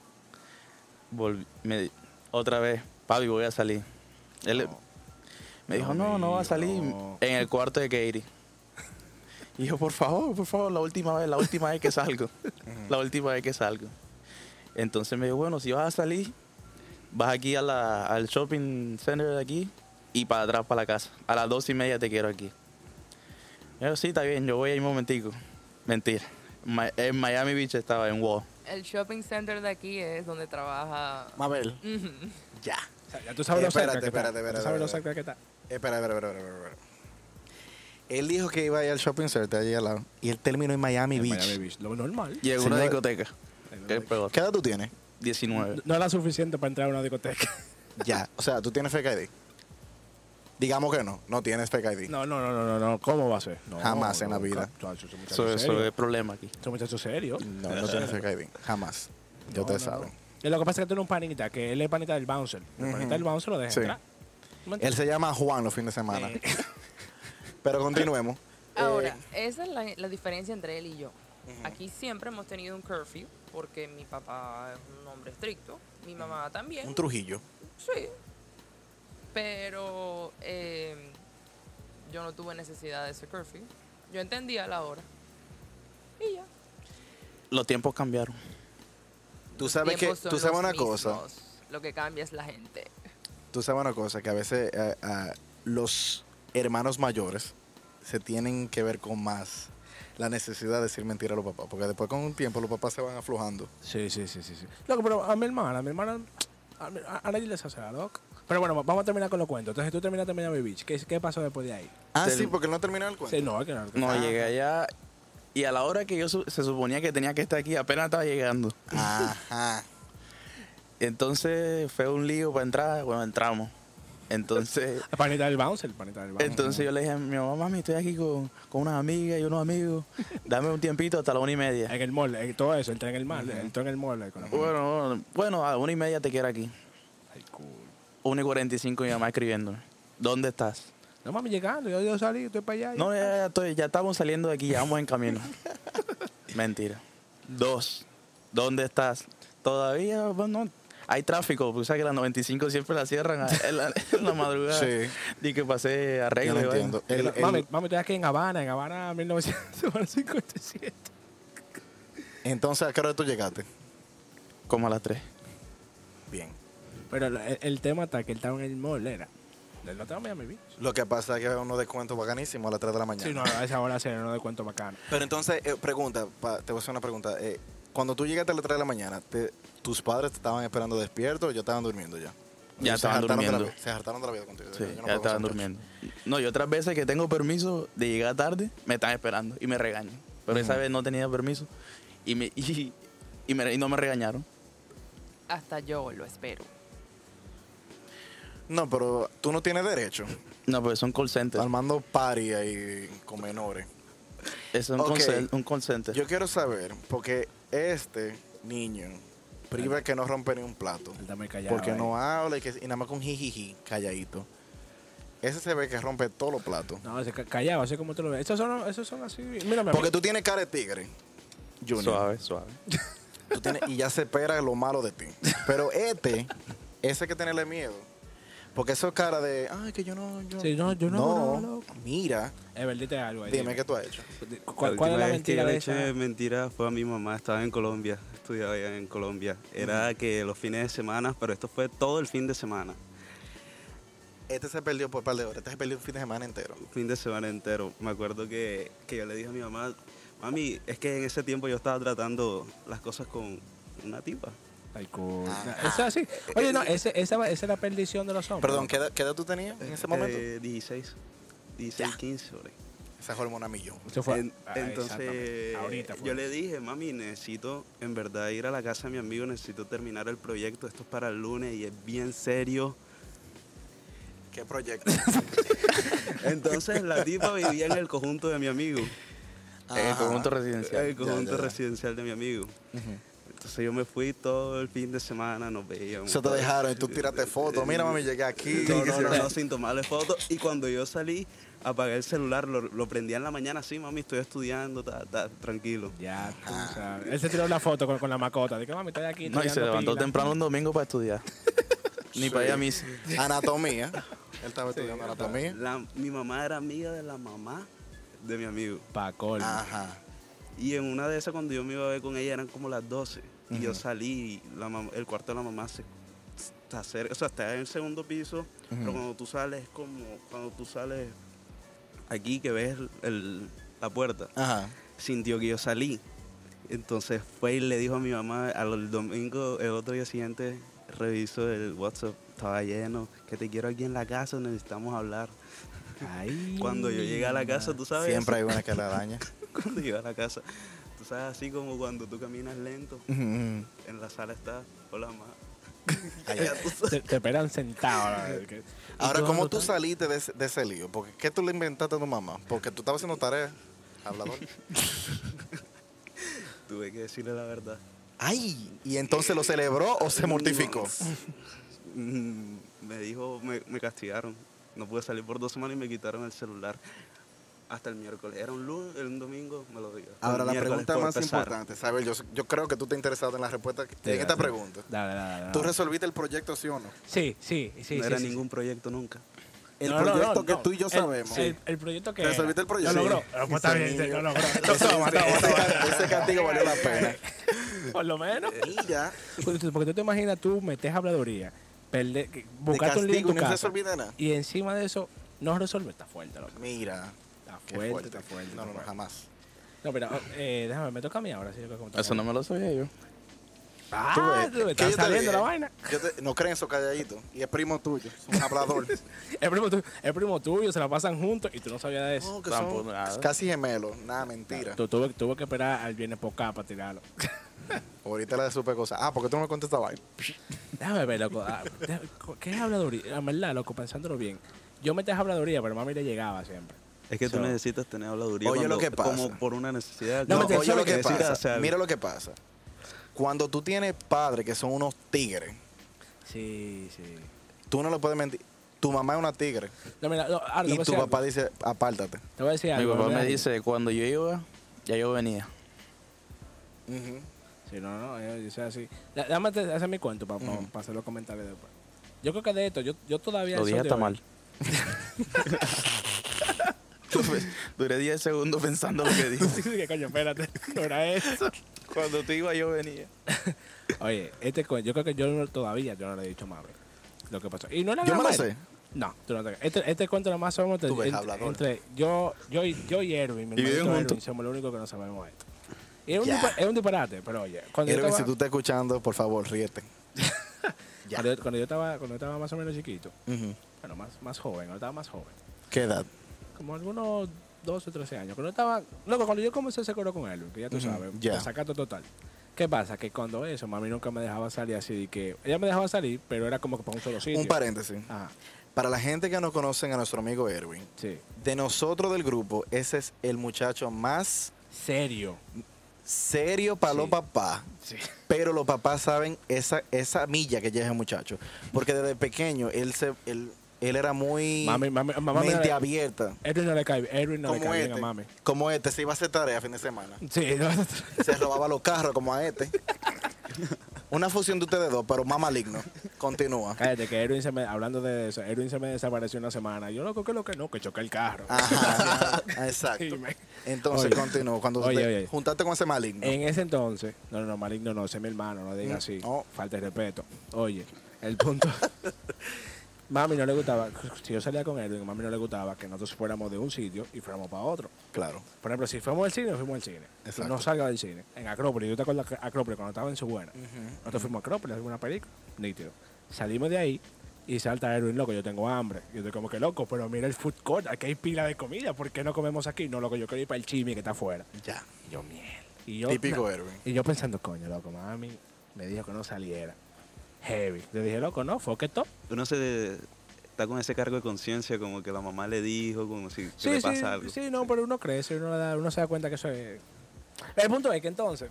Speaker 3: Volví- me di- otra vez, papi, voy a salir. Él le- me dijo, no, no va a salir
Speaker 1: No.
Speaker 3: en el cuarto de Katie. Y yo, por favor, por favor, la última vez, la última vez que salgo. la última vez que salgo. Entonces me dijo, bueno, si vas a salir, vas aquí a la- al shopping center de aquí y para atrás para la casa. A las dos y media te quiero aquí. Yo, sí, está bien, yo voy ahí un momentico. Mentira. Ma- en Miami Beach estaba en Wall.
Speaker 4: El shopping center de aquí es donde trabaja.
Speaker 2: Mabel.
Speaker 4: Ujú.
Speaker 2: Ya.
Speaker 1: O sea, ya tú sabes lo
Speaker 2: Eh, Espérate,
Speaker 1: cerca que está.
Speaker 2: espérate,
Speaker 1: Ya tú
Speaker 2: espérate,
Speaker 1: sabes lo
Speaker 2: espérate.
Speaker 1: cerca que está.
Speaker 2: Espera, espera, espera, espera, espera. Él dijo que iba a ir al shopping center allí al lado. Y él terminó en Miami
Speaker 1: En
Speaker 2: Beach.
Speaker 1: Miami Beach, Lo normal.
Speaker 3: Llegó a
Speaker 2: Señor-
Speaker 3: una discoteca. Que es peor.
Speaker 2: ¿Qué edad tú tienes?
Speaker 3: 19.
Speaker 1: No era suficiente para entrar a una discoteca.
Speaker 2: ya. O sea, tú tienes fake ID. Digamos que no. No tienes fake ID.
Speaker 1: No, no, no, no, no, no. ¿Cómo va a ser? No,
Speaker 2: Jamás en la
Speaker 1: nunca.
Speaker 2: vida.
Speaker 1: Chacho, ese muchacho
Speaker 3: Eso,
Speaker 1: es
Speaker 3: eso
Speaker 1: serio.
Speaker 3: es problema aquí.
Speaker 1: Ese muchacho es serio.
Speaker 2: No, no tienes fake ID. Jamás. Ya
Speaker 1: No, no, no.
Speaker 2: ustedes saben.
Speaker 1: Y lo que pasa es que tú eres un panita, que él es panita del bouncer. El panita del bouncer lo deja
Speaker 2: Sí.
Speaker 1: entrar. ¿Me
Speaker 2: Él
Speaker 1: entiendes?
Speaker 2: se llama Juan los fines de semana.
Speaker 1: Eh,
Speaker 2: Pero continuemos.
Speaker 4: Ahora, eh, esa es la, la diferencia entre él y yo. Aquí siempre hemos tenido un curfew porque mi papá es un hombre estricto, mi mamá
Speaker 2: Eh,
Speaker 4: también.
Speaker 2: un Trujillo.
Speaker 4: Sí. Pero eh, yo no tuve necesidad de ese curfew. Yo entendía la hora. Y ya.
Speaker 3: Los tiempos cambiaron.
Speaker 2: Tú sabes que
Speaker 4: Tiempos son
Speaker 2: tú sabes
Speaker 4: los
Speaker 2: una cosa.
Speaker 4: mismos. Lo que cambia es la gente.
Speaker 2: Tú sabes una cosa que a veces eh, ah, los hermanos mayores se tienen que ver con más la necesidad de decir mentira a los papás, porque después con un tiempo los papás se van aflojando.
Speaker 1: Sí, sí, sí, sí. sí. Loco, pero a mi hermana, a mi hermana, a, mi- a- a nadie les hace la loca. Pero bueno, vamos a terminar con los cuentos. Entonces tú terminaste Miami Beach. ¿Qué, qué pasó después de ahí?
Speaker 2: Ah,
Speaker 3: Del-
Speaker 2: sí, porque no terminó el cuento.
Speaker 1: Sí, no, es que no.
Speaker 3: No, llegué allá Y a la hora que yo su- se suponía que tenía que estar aquí, apenas estaba llegando.
Speaker 2: Ajá.
Speaker 3: Entonces fue un lío para entrar, bueno, entramos. Entonces,
Speaker 1: El panita del bouncer, el panita del bouncer.
Speaker 3: entonces yo le dije a mi mamá, mami, estoy aquí con, con unas amigas y unos amigos, dame un tiempito hasta la una y media.
Speaker 1: En el mall, en todo eso, entré en el mall, entró en el mall. eh, Con la
Speaker 3: Bueno, bueno, bueno, a una y media te quiero aquí.
Speaker 1: Ay, cool.
Speaker 3: Una y cuarenta y cinco mi mamá escribiéndome. ¿Dónde estás?
Speaker 1: No mami, llegando, yo, yo salí, estoy para allá.
Speaker 3: No, ya, ya, estoy- ya estamos saliendo de aquí, ya vamos en camino. Mentira. Dos. ¿Dónde estás? Todavía, bueno, hay tráfico, porque sabes que las 95 siempre la cierran a- en la, en la madrugada.
Speaker 2: Sí.
Speaker 3: Y que pasé
Speaker 2: Yo
Speaker 3: arreglo.
Speaker 2: no
Speaker 3: y vaina.
Speaker 2: entiendo. El- el-
Speaker 1: mami, mami, estoy aquí en Habana, en Habana 1957.
Speaker 2: entonces, ¿a qué hora tú llegaste?
Speaker 3: Como a las 3.
Speaker 2: Bien.
Speaker 1: Pero la- el, el tema está que él estaba en el mall, era. Él no estaba en Miami Beach.
Speaker 2: Lo que pasa es que hay unos descuentos bacanísimos a las 3 de la mañana.
Speaker 1: Sí, no, a esa hora se no de cuento bacano.
Speaker 2: Pero entonces, eh, pregunta, pa- te voy a hacer una pregunta. eh, cuando tú llegaste a las 3 de la mañana, te- ¿tus padres te estaban esperando despiertos o ya estaban durmiendo ya?
Speaker 3: Ya
Speaker 2: Se
Speaker 3: estaban
Speaker 2: hartaron de la
Speaker 3: durmiendo.
Speaker 2: vi- se hartaron de la vida contigo.
Speaker 3: Sí,
Speaker 2: Yo no
Speaker 3: ya
Speaker 2: puedo
Speaker 3: estaban
Speaker 2: concentrar.
Speaker 3: durmiendo. No, y otras veces que tengo permiso de llegar tarde, me están esperando y me regañan. Pero esa vez no tenía permiso y, me, y, y me- y no me regañaron.
Speaker 4: Hasta yo lo espero.
Speaker 2: No, pero tú no tienes derecho.
Speaker 3: No, pues son call centers.
Speaker 2: Armando party ahí con menores.
Speaker 3: Es un,
Speaker 2: Ok.
Speaker 3: call cen- un call center.
Speaker 2: Yo quiero saber, porque este niño priva que no rompe ni un plato.
Speaker 1: Él está muy callado.
Speaker 2: Porque
Speaker 1: ahí.
Speaker 2: no habla y, que, y nada más con jijiji, calladito. Ese se ve que rompe todos los platos.
Speaker 1: No, se ca- callado, así como tú lo ves. Esos son, esos son así. Mírame.
Speaker 2: Porque tú tienes cara de tigre, Junior.
Speaker 3: Suave, suave.
Speaker 2: Tú tienes- y ya se espera lo malo de ti. Pero este, ese hay que tenerle miedo. Porque eso es cara de, ay, que yo no. Yo,
Speaker 1: Sí, no, yo no hago nada, loco.
Speaker 2: mira,
Speaker 1: Everdite algo ahí.
Speaker 2: dime qué tú has hecho.
Speaker 1: ¿Cu- ¿Cuál, cuál es la mentira
Speaker 5: última vez este que yo le
Speaker 1: de
Speaker 5: eché
Speaker 1: esa?
Speaker 5: mentira fue a mi mamá, estaba en Colombia, estudiaba allá en Colombia. Era
Speaker 1: Mm.
Speaker 5: que los fines de semana, pero esto fue todo el fin de semana,
Speaker 2: Este se perdió por un par de horas. Este se perdió un fin de semana entero.
Speaker 5: un fin de semana entero. Me acuerdo que, que yo le dije a mi mamá, mami, es que en ese tiempo yo estaba tratando las cosas con una tipa.
Speaker 1: Ay, cool. Eso es así. Oye, no, ese, esa, va- esa es la perdición de los hombres.
Speaker 2: Perdón, ¿qué edad, qué edad tú tenías en ese momento?
Speaker 5: Eh, 16, 16, 15, por ahí.
Speaker 2: Esa hormona millón.
Speaker 1: Eso fue.
Speaker 5: En-
Speaker 1: Ah, exactamente.
Speaker 5: entonces,
Speaker 1: Ahorita fue.
Speaker 5: yo le dije, mami, necesito en verdad ir a la casa de mi amigo, necesito terminar el proyecto, esto es para el lunes y es bien serio.
Speaker 2: ¿Qué proyecto?
Speaker 5: Entonces la tipa vivía en el conjunto de mi amigo,
Speaker 3: En el
Speaker 2: Ajá.
Speaker 3: conjunto
Speaker 5: en
Speaker 3: residencial.
Speaker 5: el conjunto
Speaker 2: ya.
Speaker 5: residencial de mi amigo. Entonces yo me fui todo el fin de semana, nos veíamos.
Speaker 2: Se te dejaron y tú tiraste fotos. Mira, mami, llegué aquí.
Speaker 5: No, no, no, no, sin tomarle fotos. Y cuando yo salí, apagué el celular, lo, lo prendí en la mañana, sí, mami, estoy estudiando, ta, ta, tranquilo.
Speaker 1: Ya, tú sabes. Él se tiró una foto con, con la macota. Dije, mami, estoy aquí.
Speaker 3: No, y se
Speaker 1: tirando
Speaker 3: levantó
Speaker 1: pila".
Speaker 3: temprano un domingo para estudiar. Ni para ir a misa.
Speaker 2: Anatomía. Él estaba estudiando anatomía.
Speaker 5: La- mi mamá era amiga de la mamá de mi amigo.
Speaker 1: Pa' colmo.
Speaker 2: Ajá.
Speaker 5: Y en una de esas, cuando yo me iba a ver con ella, eran como las 12. Y yo salí, y la mam- el cuarto de la mamá se, está cerca, o sea, está en el segundo piso, pero cuando tú sales, es como cuando tú sales aquí que ves el- la puerta,
Speaker 2: Ajá.
Speaker 5: sintió que yo salí. Entonces fue y le dijo a mi mamá al domingo, el otro día siguiente, reviso el WhatsApp, estaba lleno, que te quiero aquí en la casa, necesitamos hablar.
Speaker 1: Ay,
Speaker 5: Cuando yo llegué a la casa, tú sabes.
Speaker 2: Siempre hay una que la daña.
Speaker 5: cuando llego a la casa. Tú sabes, así como cuando tú caminas lento, en la sala está, hola, ma. Ya tú sabes.
Speaker 1: Te, te esperan sentado. la verdad, que-
Speaker 2: Ahora,
Speaker 1: ¿Y
Speaker 2: ¿cómo
Speaker 1: cuándo
Speaker 2: tú
Speaker 1: tal?
Speaker 2: saliste de ese, de ese lío? Porque ¿qué tú le inventaste a tu mamá? Porque tú estabas haciendo tareas. Hablador.
Speaker 5: Tuve que decirle la verdad.
Speaker 2: ¡Ay! ¿Y entonces lo celebró o se mortificó?
Speaker 5: Mm, Me dijo, me, me castigaron. No pude salir por dos semanas y me quitaron el celular. Hasta el miércoles. Era un lunes, era un domingo, me lo dio. Hasta el
Speaker 2: Ahora, la
Speaker 5: miércoles
Speaker 2: pregunta
Speaker 5: por
Speaker 2: más
Speaker 5: pesar.
Speaker 2: importante, ¿sabes? Yo, yo creo que tú te has interesado en la respuesta que- en
Speaker 1: Sí,
Speaker 2: esta
Speaker 1: dale.
Speaker 2: pregunta.
Speaker 1: Dale, dale, dale.
Speaker 2: ¿Tú
Speaker 1: dale.
Speaker 2: resolviste el proyecto, sí o no?
Speaker 1: Sí, sí, sí.
Speaker 5: no
Speaker 1: sí,
Speaker 5: era
Speaker 1: sí,
Speaker 5: ningún proyecto nunca.
Speaker 2: El
Speaker 1: No, no, no,
Speaker 2: proyecto que
Speaker 1: no.
Speaker 2: tú y yo
Speaker 1: El-
Speaker 2: sabemos.
Speaker 1: El, el proyecto que. era.
Speaker 2: ¿Resolviste el proyecto?
Speaker 1: Lo logró.
Speaker 2: Sí.
Speaker 1: Pero, pues, está
Speaker 2: Ese
Speaker 1: bien,
Speaker 2: niño.
Speaker 1: lo logró.
Speaker 2: Ese-
Speaker 1: Toma, toma,
Speaker 2: ese
Speaker 1: toma.
Speaker 2: ca- Ese castigo valió la pena.
Speaker 1: Por lo menos.
Speaker 2: Y ya,
Speaker 1: Porque tú- porque tú te imaginas, tú metes habladuría, perder, que-
Speaker 2: de
Speaker 1: buscaste un lío en tu
Speaker 2: castigo y no
Speaker 1: casa,
Speaker 2: resolviste nada.
Speaker 1: y encima de eso no resuelve. Está fuerte, loco.
Speaker 2: Mira,
Speaker 1: Está
Speaker 2: qué
Speaker 1: fuerte,
Speaker 2: fuerte.
Speaker 1: está fuerte.
Speaker 2: No, no, no,
Speaker 1: está fuerte.
Speaker 2: jamás.
Speaker 1: No, pero eh, déjame, me toca a mí ahora. Sí, yo creo que me toca a
Speaker 3: Eso
Speaker 1: mí.
Speaker 3: no me lo sabía yo.
Speaker 2: Tú ves,
Speaker 1: Ah, tú,
Speaker 2: ¿qué
Speaker 1: está
Speaker 2: yo te
Speaker 1: saliendo
Speaker 2: dije?
Speaker 1: la vaina.
Speaker 2: Yo te- no creen eso calladito. Y es primo tuyo, es un hablador.
Speaker 1: El primo, tu- el primo tuyo se la pasan juntos y tú no sabías de eso.
Speaker 2: No, que
Speaker 3: Tampoco,
Speaker 2: son
Speaker 3: nada.
Speaker 2: casi gemelos. Nada, mentira.
Speaker 1: Tú, tuve, tuve que esperar al viernes por acá para tirarlo.
Speaker 2: Ahorita la de super cosa. Ah, ¿por qué tú no me contestas vaina?
Speaker 1: Déjame ver, loco. ah, de- ¿Qué es habladuría? Ah, En verdad, loco, pensándolo bien. Yo metía habladuría, pero mami le llegaba siempre.
Speaker 5: Es que tú
Speaker 1: So-
Speaker 5: necesitas tener habladuría
Speaker 2: Oye, lo
Speaker 5: cuando-
Speaker 2: que pasa.
Speaker 5: como por una necesidad.
Speaker 1: No,
Speaker 2: No,
Speaker 1: me te-
Speaker 2: oye
Speaker 1: ¿sabes
Speaker 2: lo que
Speaker 1: qué?
Speaker 5: Necesitas hacer
Speaker 2: pasa.
Speaker 5: algo.
Speaker 2: Mira lo que pasa. Cuando tú tienes padres que son unos tigres,
Speaker 1: Sí, sí.
Speaker 2: tú no le puedes mentir. Tu mamá es una tigre.
Speaker 1: No, mira, no, ahora te
Speaker 2: Y
Speaker 1: voy a
Speaker 2: tu
Speaker 1: Ah, decir
Speaker 2: papá
Speaker 1: algo.
Speaker 2: dice, apártate.
Speaker 1: Te voy a decir
Speaker 3: Mi
Speaker 1: algo.
Speaker 3: papá
Speaker 1: mira.
Speaker 3: me dice, cuando yo iba, ya yo venía.
Speaker 2: Ujú.
Speaker 1: Sí, no, no, yo, yo soy así. Da- Dame te- hacer mi cuento para hacer los comentarios después. Yo creo que de esto, yo, yo todavía.
Speaker 3: Lo
Speaker 1: al
Speaker 3: dije
Speaker 1: sol de
Speaker 3: hasta
Speaker 1: hoy-
Speaker 3: mal. Duré 10 segundos pensando lo que
Speaker 1: Sí,
Speaker 3: dije.
Speaker 1: sí, que coño, espérate. No era eso.
Speaker 3: Cuando tú ibas, yo venía.
Speaker 1: Oye, este co- yo creo que yo no- todavía yo no le he dicho mami lo que pasó. Y no era
Speaker 2: Yo me
Speaker 1: nada
Speaker 2: la
Speaker 1: mal.
Speaker 2: sé.
Speaker 1: No, tú no te Este, este cuento nada más somos entre,
Speaker 2: Tú ves,
Speaker 1: entre-
Speaker 2: hablador.
Speaker 1: entre yo, yo, y- yo y Erwin, mi
Speaker 3: Y viven
Speaker 1: hermanito Erwin,
Speaker 3: juntos.
Speaker 1: somos los únicos que no sabemos esto. Y es un,
Speaker 2: Ya.
Speaker 1: dispar- es un disparate, pero oye, cuando yo
Speaker 2: Erwin, si
Speaker 1: estaba-
Speaker 2: tú estás escuchando, por favor, ríete. Ya.
Speaker 1: cuando yo- cuando yo estaba- cuando yo estaba más o menos chiquito,
Speaker 2: Ujú.
Speaker 1: bueno, más, más joven, cuando estaba más joven.
Speaker 2: ¿Qué edad?
Speaker 1: como algunos 12 o 13 años. Cuando estaba, loco, cuando yo comencé ese coro con él, que ya tú
Speaker 2: Ujú,
Speaker 1: sabes,
Speaker 2: ya.
Speaker 1: desacato total. ¿Qué pasa? Que cuando eso, mami nunca me dejaba salir así, de que ella me dejaba salir, pero era como que para un solo sitio.
Speaker 2: Un paréntesis.
Speaker 1: Ajá,
Speaker 2: Para la gente que no conocen a nuestro amigo Erwin,
Speaker 1: sí.
Speaker 2: de nosotros del grupo, ese es el muchacho más
Speaker 1: Serio.
Speaker 2: serio para los
Speaker 1: Sí.
Speaker 2: papás.
Speaker 1: Sí.
Speaker 2: Pero los papás saben esa, esa milla que lleva ese muchacho. Porque desde pequeño él se él, él era muy
Speaker 1: Mami, mami, mamá me-
Speaker 2: mente abierta.
Speaker 1: Erwin no le cae, Erwin no le
Speaker 2: como
Speaker 1: cae bien
Speaker 2: este.
Speaker 1: a mami.
Speaker 2: Como este, se iba a hacer tarea a fin de semana.
Speaker 1: Sí, no,
Speaker 2: Se robaba los carros como a este. Una fusión de ustedes dos, pero más maligno. Continúa.
Speaker 1: cállate, que Erwin se me, hablando de eso, Erwin se me desapareció una semana. Yo loco, que lo que no, que choqué el carro.
Speaker 2: Ajá, exacto.
Speaker 1: Sí, me-
Speaker 2: Entonces,
Speaker 1: Oye.
Speaker 2: continúa. Cuando
Speaker 1: Oye,
Speaker 2: te-
Speaker 1: oye.
Speaker 2: juntaste con ese maligno.
Speaker 1: En ese entonces, no, no, no, maligno no, ese es mi hermano, no diga
Speaker 2: Mm,
Speaker 1: así.
Speaker 2: no.
Speaker 1: Falta de respeto. Oye, el punto. mami no le gustaba, si yo salía con él, a mami no le gustaba que nosotros fuéramos de un sitio y fuéramos para otro.
Speaker 2: Claro.
Speaker 1: Por ejemplo, si fuimos al cine, fuimos al cine.
Speaker 2: Exacto.
Speaker 1: No salga del cine. En Acrópolis, yo te acuerdo de Acrópolis cuando estaba en su buena. Nosotros fuimos a Acrópolis, hicimos una película, nítido. Salimos de ahí y salta Erwin, loco, yo tengo hambre. Yo estoy como que loco, pero mira el food court, aquí hay pila de comida, ¿por qué no comemos aquí? No, loco, yo quiero ir para el chimi que está afuera.
Speaker 2: Ya.
Speaker 1: Y yo, miel. Y yo,
Speaker 2: Típico
Speaker 1: na-
Speaker 2: Erwin.
Speaker 1: Y yo pensando, coño, loco, mami me dijo que no saliera. Heavy. Le dije, loco, no, fue que todo.
Speaker 5: Uno se está con ese cargo de conciencia, como que la mamá le dijo, como si que
Speaker 1: Sí,
Speaker 5: le pasa
Speaker 1: sí,
Speaker 5: algo.
Speaker 1: sí, no, pero uno crece, uno, le da- uno se da cuenta que eso es... El punto es que entonces...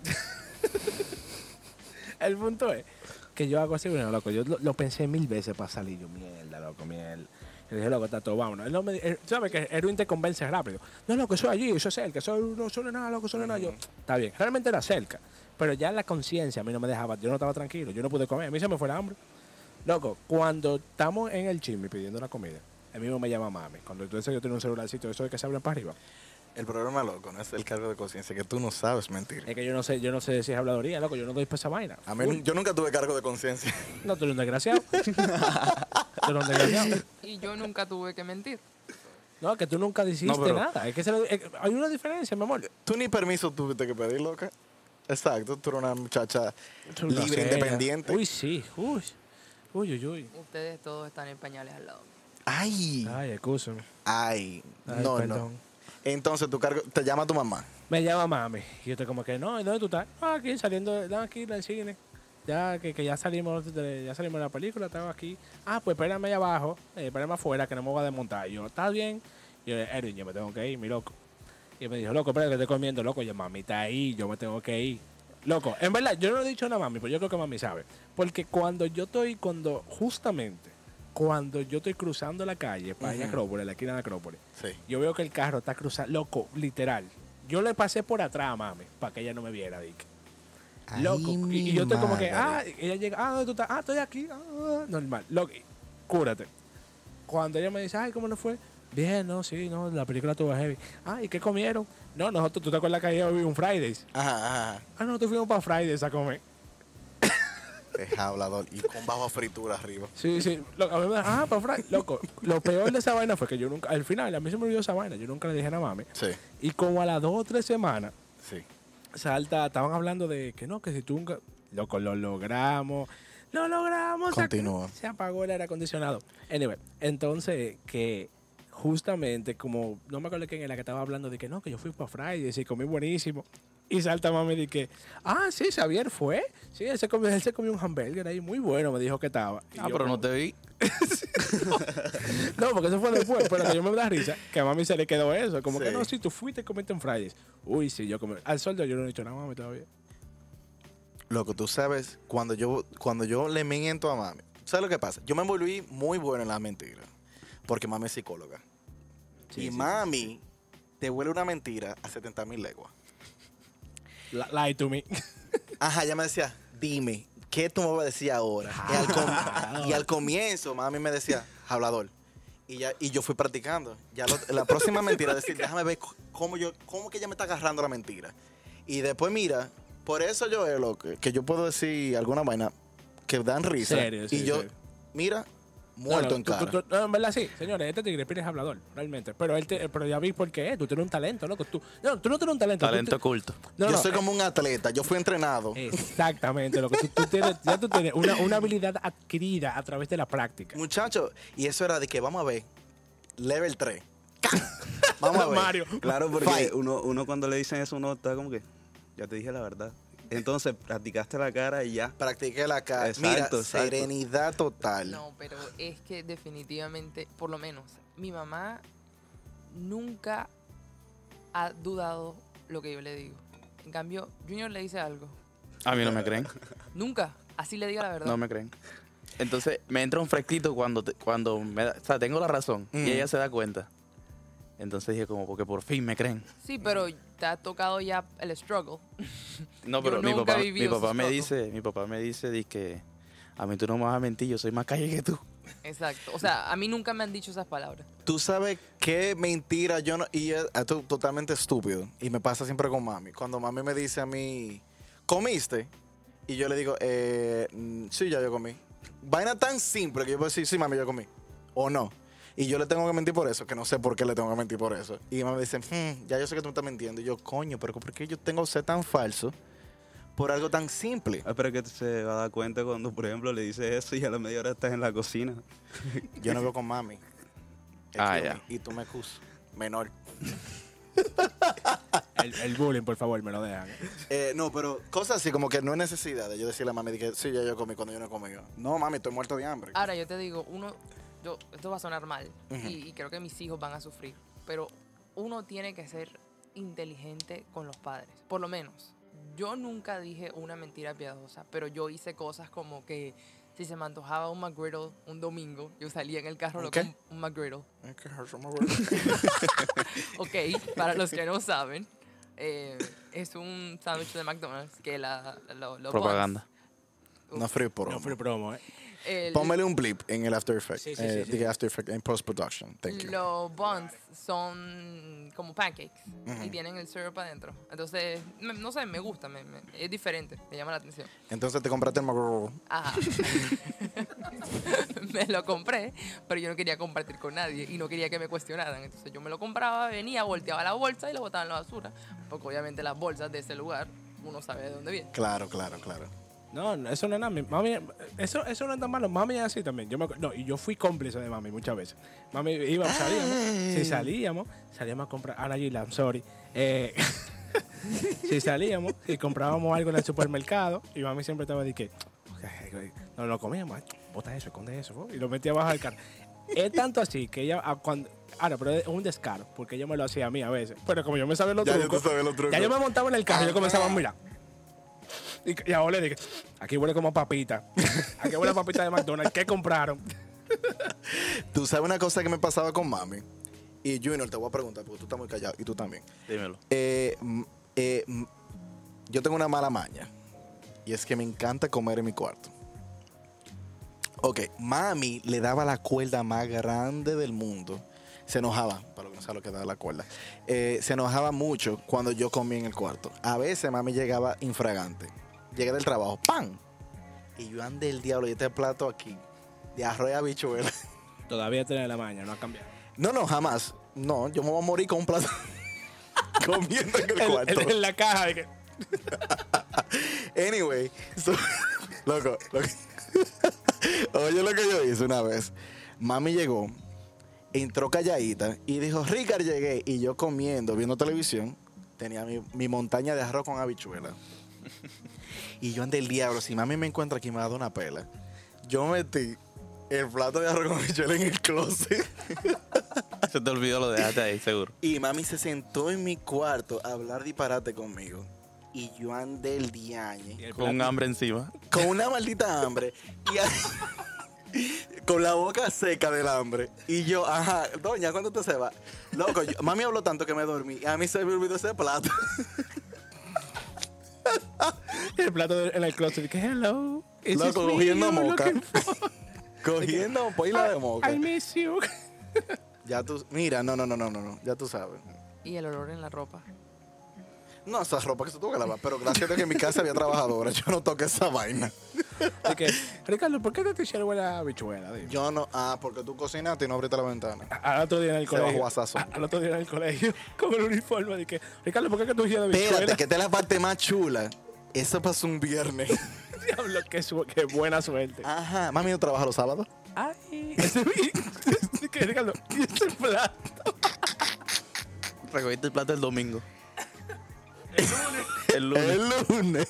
Speaker 1: el punto es que yo hago así, bueno, loco, yo lo, lo pensé mil veces para salir, yo, mierda, loco, mierda. Le dije, loco, está todo, vámonos. Él no me, él- ¿Sabes que Erwin te convence rápido? No, loco, soy allí, eso es cerca, eso no suena nada, loco, suena nada. Yo, está bien, realmente era cerca, pero ya la conciencia a mí no me dejaba, yo no estaba tranquilo, yo no pude comer, a mí se me fue el hambre. Loco, cuando estamos en el chisme pidiendo la comida, el mismo me llama mami. Cuando tú dices yo tengo un celularcito, eso de que se abren para arriba.
Speaker 2: El problema, loco, no es el cargo de conciencia, que tú no sabes mentir.
Speaker 1: Es que yo no sé, yo no sé si es habladoría, loco, yo no doy para esa vaina.
Speaker 2: A mí, yo nunca tuve cargo de conciencia.
Speaker 1: No, tú eres un desgraciado. tú eres un desgraciado.
Speaker 4: Y yo nunca tuve que mentir.
Speaker 1: No, que tú nunca hiciste
Speaker 3: No, pero-
Speaker 1: nada. Es que se lo- es que hay una diferencia, mi amor.
Speaker 2: Tú ni permiso tuviste que pedir, loca. Exacto, tú eres una muchacha
Speaker 1: Tú eres una
Speaker 2: libre,
Speaker 1: cera.
Speaker 2: independiente.
Speaker 1: Uy, sí, uy. Uy, uy, uy.
Speaker 4: Ustedes todos están en pañales al lado. mío.
Speaker 2: Ay,
Speaker 1: Ay, excúsame.
Speaker 2: ay,
Speaker 1: Ay,
Speaker 2: no,
Speaker 1: perdón.
Speaker 2: no. Entonces, tu cargo, te llama tu mamá.
Speaker 1: Me llama mami. Y yo estoy como que, no, ¿y dónde tú estás? Ah, aquí saliendo, de- no, aquí del cine. Ya que, que ya salimos de, ya salimos de la película, estaba aquí. Ah, pues espérame ahí abajo, eh, espérame afuera que no me voy a desmontar. Y yo, ¿estás bien? Y yo, Erwin, yo me tengo que ir, mi loco. Y me dijo, loco, espérate que estoy comiendo, loco. Y yo, mami, está ahí, yo me tengo que ir. Loco, en verdad, yo no le he dicho nada a mami, pero yo creo que mami sabe. Porque cuando yo estoy, cuando, justamente, cuando yo estoy cruzando la calle para ir a
Speaker 2: Ujú.
Speaker 1: Acrópolis, la esquina de Acrópolis,
Speaker 2: Sí.
Speaker 1: yo veo que el carro está cruzando, loco, literal. Yo le pasé por atrás a mami para que ella no me viera, Dick. Loco.
Speaker 2: Ay,
Speaker 1: y, y
Speaker 2: mi
Speaker 1: yo estoy como que, ah,
Speaker 2: madre.
Speaker 1: ella llega, ah, ¿dónde tú estás? Ah, estoy aquí, ah, normal. Loco, y- cúrate. Cuando ella me dice, ay, ¿cómo no fue? Bien, no, sí, no, la película estuvo heavy. Ah, ¿y qué comieron? No, nosotros, ¿tú te acuerdas que ayer hubo un Fridays?
Speaker 2: Ajá, ajá.
Speaker 1: Ah, nosotros fuimos para Fridays a comer.
Speaker 2: Es hablador y con bajo fritura arriba.
Speaker 1: Sí, sí. Loco, a mí me da- ah, para Fridays. Loco, lo peor de esa vaina fue que yo nunca, al final, a mí se me olvidó esa vaina, yo nunca le dije nada a mami.
Speaker 2: Sí,
Speaker 1: Y como a las dos o tres semanas,
Speaker 2: sí.
Speaker 1: salta, estaban hablando de que no, que si tú nunca, Loco, lo logramos. Lo logramos. se ac-
Speaker 2: Continúa.
Speaker 1: Se apagó el aire acondicionado. Anyway, entonces que justamente como no me acuerdo quién era que estaba hablando de que no, que yo fui para Fridays y comí buenísimo. Y salta mami de que, ah, sí, Xavier fue. Sí, él se comió, él se comió un hamburger ahí muy bueno, me dijo que estaba. Y yo
Speaker 3: Ah, pero
Speaker 1: como-
Speaker 3: no te vi.
Speaker 1: no, porque eso fue después, pero que yo me da risa, que a mami se le quedó eso. Como que
Speaker 5: Sí.
Speaker 1: no, si tú fuiste, comete un Fridays. Uy, sí, yo comí. Al sol de hoy yo no he dicho nada, mami, todavía.
Speaker 2: Loco, tú sabes, cuando yo, cuando yo le miento a mami, ¿sabes lo que pasa? Yo me envolví muy bueno en las mentiras, porque mami es psicóloga.
Speaker 1: Sí,
Speaker 2: y
Speaker 1: sí, sí,
Speaker 2: mami te vuelve una mentira a 70 mil leguas.
Speaker 1: Li- Lie to me.
Speaker 2: Ajá, ella me decía, dime, ¿qué tú me vas a decir ahora? Y al, com- y al comienzo, mami me decía, hablador. Y, ya, y yo fui practicando. Ya lo- la próxima mentira, decir, déjame ver c- cómo, yo, cómo que ella me está agarrando la mentira. Y después, mira, por eso yo es lo que, que yo puedo decir alguna vaina que dan risa.
Speaker 1: Serio, sí,
Speaker 2: y yo,
Speaker 1: serio.
Speaker 2: mira, muerto
Speaker 1: No, no,
Speaker 2: en
Speaker 1: tú-
Speaker 2: cara.
Speaker 1: tú- tú- no, en verdad sí, señores, este tigre Pires es hablador, realmente. Pero él te- pero ya vi por qué, tú tienes un talento, loco. Tú, no, tú no tienes un talento. tú
Speaker 3: Talento oculto.
Speaker 1: te- no,
Speaker 2: yo
Speaker 1: no, eh.
Speaker 2: soy como un atleta, yo fui entrenado.
Speaker 1: Exactamente, loco. Tú, tú tienes, ya tú tienes una, una habilidad adquirida a través de la práctica.
Speaker 2: Muchachos, y eso era de que vamos a ver, level 3. vamos a ver.
Speaker 1: Mario.
Speaker 5: Claro, porque
Speaker 2: Fight.
Speaker 5: uno, uno cuando le dicen eso, uno está como que, ya te dije la verdad. Entonces, practicaste la cara y ya.
Speaker 2: Practiqué la cara.
Speaker 5: Exacto,
Speaker 2: Mira,
Speaker 5: exacto.
Speaker 2: serenidad total.
Speaker 4: No, pero es que definitivamente, por lo menos, mi mamá nunca ha dudado lo que yo le digo. En cambio, Junior le dice algo.
Speaker 3: A mí no me creen.
Speaker 4: Nunca. Así le diga la verdad.
Speaker 3: No me creen. Entonces me entra un fresquito cuando, te- cuando me da- o sea, tengo la razón y ella se da cuenta. Entonces dije como, porque por fin me creen.
Speaker 4: Sí, pero te ha tocado ya el struggle.
Speaker 3: No,
Speaker 4: Yo
Speaker 3: pero mi
Speaker 4: nunca
Speaker 3: papá,
Speaker 4: he
Speaker 3: mi
Speaker 4: vivido
Speaker 3: papá
Speaker 4: sus
Speaker 3: me
Speaker 4: cosas.
Speaker 3: dice, mi papá me dice, que a mí tú no me vas a mentir, yo soy más calle que tú.
Speaker 4: Exacto. O sea, a mí nunca me han dicho esas palabras.
Speaker 2: Tú sabes qué mentira yo no. Y es esto es totalmente estúpido. Y me pasa siempre con mami. Cuando mami me dice a mí, ¿comiste? Y yo le digo, eh, mm, sí, ya yo comí. Vaina tan simple que yo puedo decir, sí, mami, yo comí. O no. Y yo le tengo que mentir por eso, que no sé por qué le tengo que mentir por eso. Y mami dice, "Hmm, ya yo sé que tú me estás mintiendo. Y yo, coño, pero ¿por qué yo tengo que ser tan falso por algo tan simple?
Speaker 5: Ah, pero que se va a dar cuenta cuando, por ejemplo, le dice eso y a la media hora estás en la cocina.
Speaker 2: Yo no vivo con mami.
Speaker 3: Ah,
Speaker 2: Excuse
Speaker 3: ya.
Speaker 2: me. Y tú me excusas. Menor.
Speaker 1: El, el bullying, por favor, me lo dejan.
Speaker 2: Eh, no, pero cosas así como que no es necesidad de yo decirle a mami de que sí, ya yo comí cuando yo no comí. No, mami, estoy muerto de hambre.
Speaker 1: Ah.
Speaker 4: Ahora, yo te digo, uno, yo, esto va a sonar mal y, y creo que mis hijos van a sufrir, pero uno tiene que ser inteligente con los padres, por lo menos. Yo nunca dije una mentira piadosa, pero yo hice cosas como que si se me antojaba un McGriddle un domingo, yo salía en el carro
Speaker 2: ¿Un
Speaker 4: loco,
Speaker 2: qué?
Speaker 4: un McGriddle.
Speaker 2: Es que es una buena-
Speaker 4: Ok, para los que no saben, eh, es un sándwich de McDonald's que la, la- lo- los buns,
Speaker 3: Propaganda.
Speaker 2: no free por
Speaker 1: No fue promo, ¿eh?
Speaker 4: el-
Speaker 2: Póngale un blip en el After Effects.
Speaker 1: Sí, sí,
Speaker 2: Eh,
Speaker 1: sí, sí.
Speaker 2: diga After Effects en post production. Thank you.
Speaker 4: Los buns son como pancakes y tienen el syrup adentro. Entonces, me- no sé, me gusta, me- me- es diferente, me llama la atención.
Speaker 2: Entonces te compraste el McGriddle.
Speaker 4: Ajá. me lo compré, pero yo no quería compartir con nadie y no quería que me cuestionaran. Entonces yo me lo compraba, venía, volteaba la bolsa y lo botaba en la basura. Porque obviamente las bolsas de ese lugar, uno sabe de dónde vienen.
Speaker 2: Claro, claro, claro.
Speaker 1: No, no, eso no es nada. mi Mami, eso, eso no es tan malo. Mami es así también. Yo me, acu- no, y yo fui cómplice de mami muchas veces. Mami iba,
Speaker 2: Ah.
Speaker 1: salíamos. Si salíamos, salíamos a comprar. Ahora Gila, I'm sorry. Eh, si salíamos y comprábamos algo en el supermercado, y mami siempre estaba de que. No lo comíamos. ay, Bota eso, esconde eso. ¿no? Y lo metía abajo del carro. Es tanto así que ella. ah, Cuando, ahora, pero es un descaro, porque ella me lo hacía a mí a veces. Pero como yo me sabía los
Speaker 2: Ya yo
Speaker 1: trucos.
Speaker 2: te sabía los
Speaker 1: Ya
Speaker 2: trucos.
Speaker 1: yo me montaba en el carro y yo comenzaba a mirar. Y, y ahora le dije, aquí huele como a papita. Aquí huele a papita de McDonald's. ¿Qué compraron?
Speaker 2: Tú sabes una cosa que me pasaba con mami. Y Junior, te voy a preguntar porque tú estás muy callado y tú también.
Speaker 3: Dímelo.
Speaker 2: Eh, mm, eh, mm, yo tengo una mala maña. Y es que me encanta comer en mi cuarto. Ok, mami le daba la cuerda más grande del mundo. Se enojaba, para lo que no sabe lo que daba la cuerda. Eh, se enojaba mucho cuando yo comía en el cuarto. A veces mami llegaba infragante. Llegué del trabajo, ¡pam! Y yo andé el diablo y este plato aquí, de arroz y habichuela.
Speaker 1: Todavía tiene la maña, no ha cambiado.
Speaker 2: No, no, jamás. No, yo me voy a morir con un plato comiendo en el
Speaker 1: En-
Speaker 2: cuarto.
Speaker 1: en- en la caja. de que-
Speaker 2: Anyway, so- loco, loco. Oye lo que yo hice una vez. Mami llegó, entró calladita y dijo, Ricard, llegué. Y yo comiendo, viendo televisión, tenía mi, mi montaña de arroz con habichuela. Y yo andé el diablo, si mami me encuentra aquí me va a dar una pela. Yo metí el plato de arroz con habichuela en el closet.
Speaker 3: Se te olvidó, lo dejaste ahí, seguro.
Speaker 2: Y mami se sentó en mi cuarto a hablar disparate conmigo. Y yo andé el diañe.
Speaker 1: Y el
Speaker 3: Con un
Speaker 1: platito-
Speaker 3: hambre encima.
Speaker 2: con una maldita hambre y a- con la boca seca del hambre. Y yo, ajá, doña, ¿cuándo usted se va? Loco, yo- mami habló tanto que me dormí. y A mí se me olvidó ese plato.
Speaker 1: y el plato de- en el closet. Que hello. is this
Speaker 2: Loco,
Speaker 1: me
Speaker 2: cogiendo
Speaker 1: you're
Speaker 2: moca.
Speaker 1: looking for?"
Speaker 2: Cogiendo un poila de moca.
Speaker 1: I miss you.
Speaker 2: Ya tú, mira, no, no, no, no, no, no, ya tú sabes.
Speaker 4: Y el olor en la ropa.
Speaker 2: No, esa ropa que se tuvo que lavar, pero gracias a que en mi casa había trabajadora, yo no toqué esa vaina.
Speaker 1: Y que, Ricardo, ¿por qué no te hicieron la habichuela? Dime.
Speaker 2: Yo no, ah, porque tú cocinaste y no abriste la ventana.
Speaker 1: A- Al otro día en el
Speaker 2: Se bajó
Speaker 1: colegio.
Speaker 2: a Sasso.
Speaker 1: a- Al otro día en el colegio. Con el uniforme. De que, Ricardo, ¿por qué que tú hiciste la
Speaker 2: Espérate,
Speaker 1: habichuela?
Speaker 2: que esta es la parte más chula. Eso pasó un viernes.
Speaker 1: Diablo, qué, su- qué buena suerte.
Speaker 2: Ajá, mami no trabaja los sábados.
Speaker 1: Ay. Ese, y- que, Ricardo, ¿y ese plato?
Speaker 3: Recogiste el plato el domingo. Eh. El lunes.
Speaker 2: El lunes.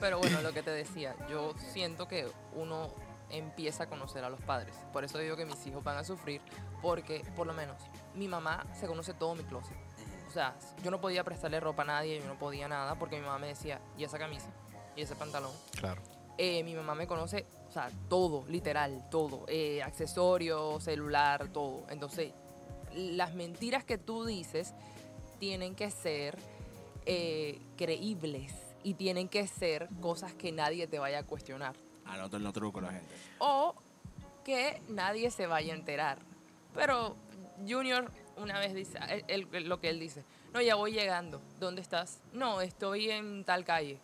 Speaker 4: Pero bueno, lo que te decía, yo siento que uno empieza a conocer a los padres. Por eso digo que mis hijos van a sufrir, porque por lo menos mi mamá se conoce todo mi closet. O sea, yo no podía prestarle ropa a nadie, yo no podía nada, porque mi mamá me decía, y esa camisa, y ese pantalón.
Speaker 2: Claro.
Speaker 4: Eh, mi mamá me conoce, o sea, todo, literal, todo. Eh, accesorio, celular, todo. Entonces, las mentiras que tú dices tienen que ser eh, creíbles y tienen que ser cosas que nadie te vaya a cuestionar.
Speaker 1: Anota el Ah, truco la gente.
Speaker 4: O que nadie se vaya a enterar. Pero Junior una vez dice, eh, él- él- lo que él dice, no, ya voy llegando, ¿dónde estás? No, estoy en tal calle.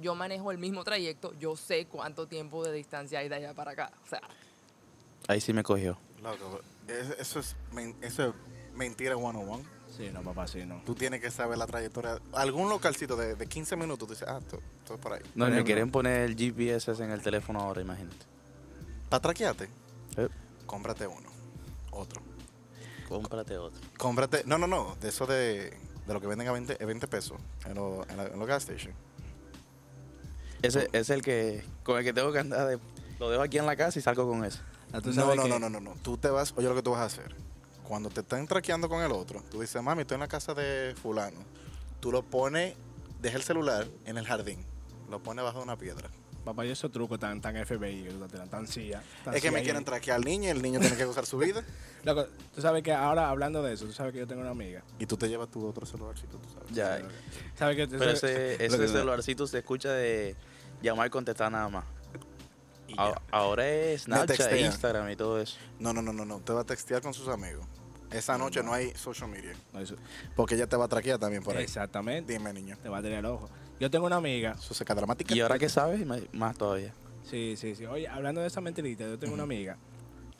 Speaker 4: Yo manejo el mismo trayecto, yo sé cuánto tiempo de distancia hay de allá para acá. O sea,
Speaker 3: Ahí sí me cogió.
Speaker 2: Loco, es- eso es, men- eso es mentira 101.
Speaker 1: Sí, no, papá, sí, no.
Speaker 2: Tú tienes que saber la trayectoria. Algún localcito de, de 15 minutos, tú dices, ah, esto esto es por ahí.
Speaker 3: No, y me
Speaker 1: Ejemplo.
Speaker 3: quieren poner el GPS en el teléfono ahora, imagínate.
Speaker 2: Para traquearte,
Speaker 3: Eh,
Speaker 2: cómprate uno. Otro.
Speaker 3: cómprate otro.
Speaker 2: Cómprate, no, no, no, de eso de, de lo que venden a 20, a 20 pesos en los en la- en los gas station.
Speaker 3: Ese es el que con el que tengo que andar. de- lo dejo aquí en la casa y salgo con eso.
Speaker 1: Ah, Tú
Speaker 2: No,
Speaker 1: sabes
Speaker 2: no,
Speaker 1: que-
Speaker 2: no, no, no, no. Tú te vas, oye lo que tú vas a hacer. Cuando te están traqueando con el otro, tú dices, mami, estoy en la casa de fulano. Tú lo pones, deja el celular en el jardín. Lo pones bajo una piedra.
Speaker 1: Papá, y esos trucos tan, tan FBI, que tú te tiran, tan CIA. tan
Speaker 2: Es que me
Speaker 1: CIA.
Speaker 2: quieren traquear al niño, el niño tiene que gozar su vida.
Speaker 1: Loco, tú sabes que ahora hablando de eso, tú sabes que yo tengo una amiga.
Speaker 2: Y tú te llevas tu otro celularcito, tú sabes.
Speaker 3: Ya.
Speaker 1: ¿Sabes que
Speaker 3: Pero ese, ese
Speaker 1: Loco,
Speaker 3: celularcito se escucha de llamar y contestar nada más.
Speaker 2: Y
Speaker 3: A-
Speaker 2: ya.
Speaker 3: ahora es
Speaker 2: Me
Speaker 3: Snapchat,
Speaker 2: textean.
Speaker 3: Instagram y todo eso.
Speaker 2: No, no, no, no, no. Te va a textear con sus amigos. Esa noche no hay social media.
Speaker 1: no, eso-
Speaker 2: Porque ella te va a traquear también por ahí.
Speaker 1: Exactamente.
Speaker 2: Dime, niño.
Speaker 1: Te va a tener el ojo. Yo tengo una amiga.
Speaker 2: Eso se dramática.
Speaker 3: Y ahora que sabes, me- más todavía.
Speaker 1: Sí, sí, sí. Oye, hablando de esa mentirita, yo tengo una amiga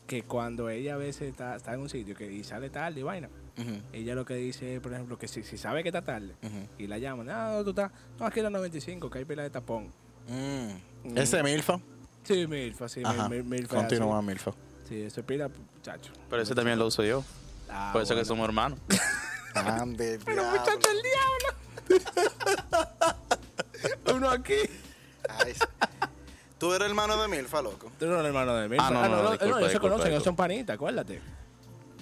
Speaker 1: que cuando ella a veces está, está en un sitio que, y sale tarde y vaina,
Speaker 2: Ujú,
Speaker 1: ella lo que dice, por ejemplo, que si, si sabe que está tarde
Speaker 2: ujú.
Speaker 1: y la llaman, ah, no, tú estás, no, aquí en la 95, que hay pila de tapón.
Speaker 2: Mm.
Speaker 1: Mm.
Speaker 2: Ese Milfa.
Speaker 1: Sí, Milfa, sí,
Speaker 2: Ajá.
Speaker 1: Mil- Mil- Milfa.
Speaker 2: Continúa, Milfa.
Speaker 1: Sí, sí eso es pila, muchacho.
Speaker 3: Pero ese también lo uso yo.
Speaker 1: Ah,
Speaker 3: Por eso que
Speaker 1: bueno.
Speaker 3: somos hermanos.
Speaker 2: Ande,
Speaker 1: Pero
Speaker 2: diablo.
Speaker 1: muchacho, el diablo. Uno aquí.
Speaker 2: Ay, sí. Tú eres hermano de Milfa, loco.
Speaker 1: Tú no eres hermano de mí.
Speaker 3: Ah, no, no, no, disculpa,
Speaker 1: ellos se
Speaker 3: disculpa,
Speaker 1: conocen, ellos
Speaker 3: disculpa.
Speaker 1: son panitas, acuérdate.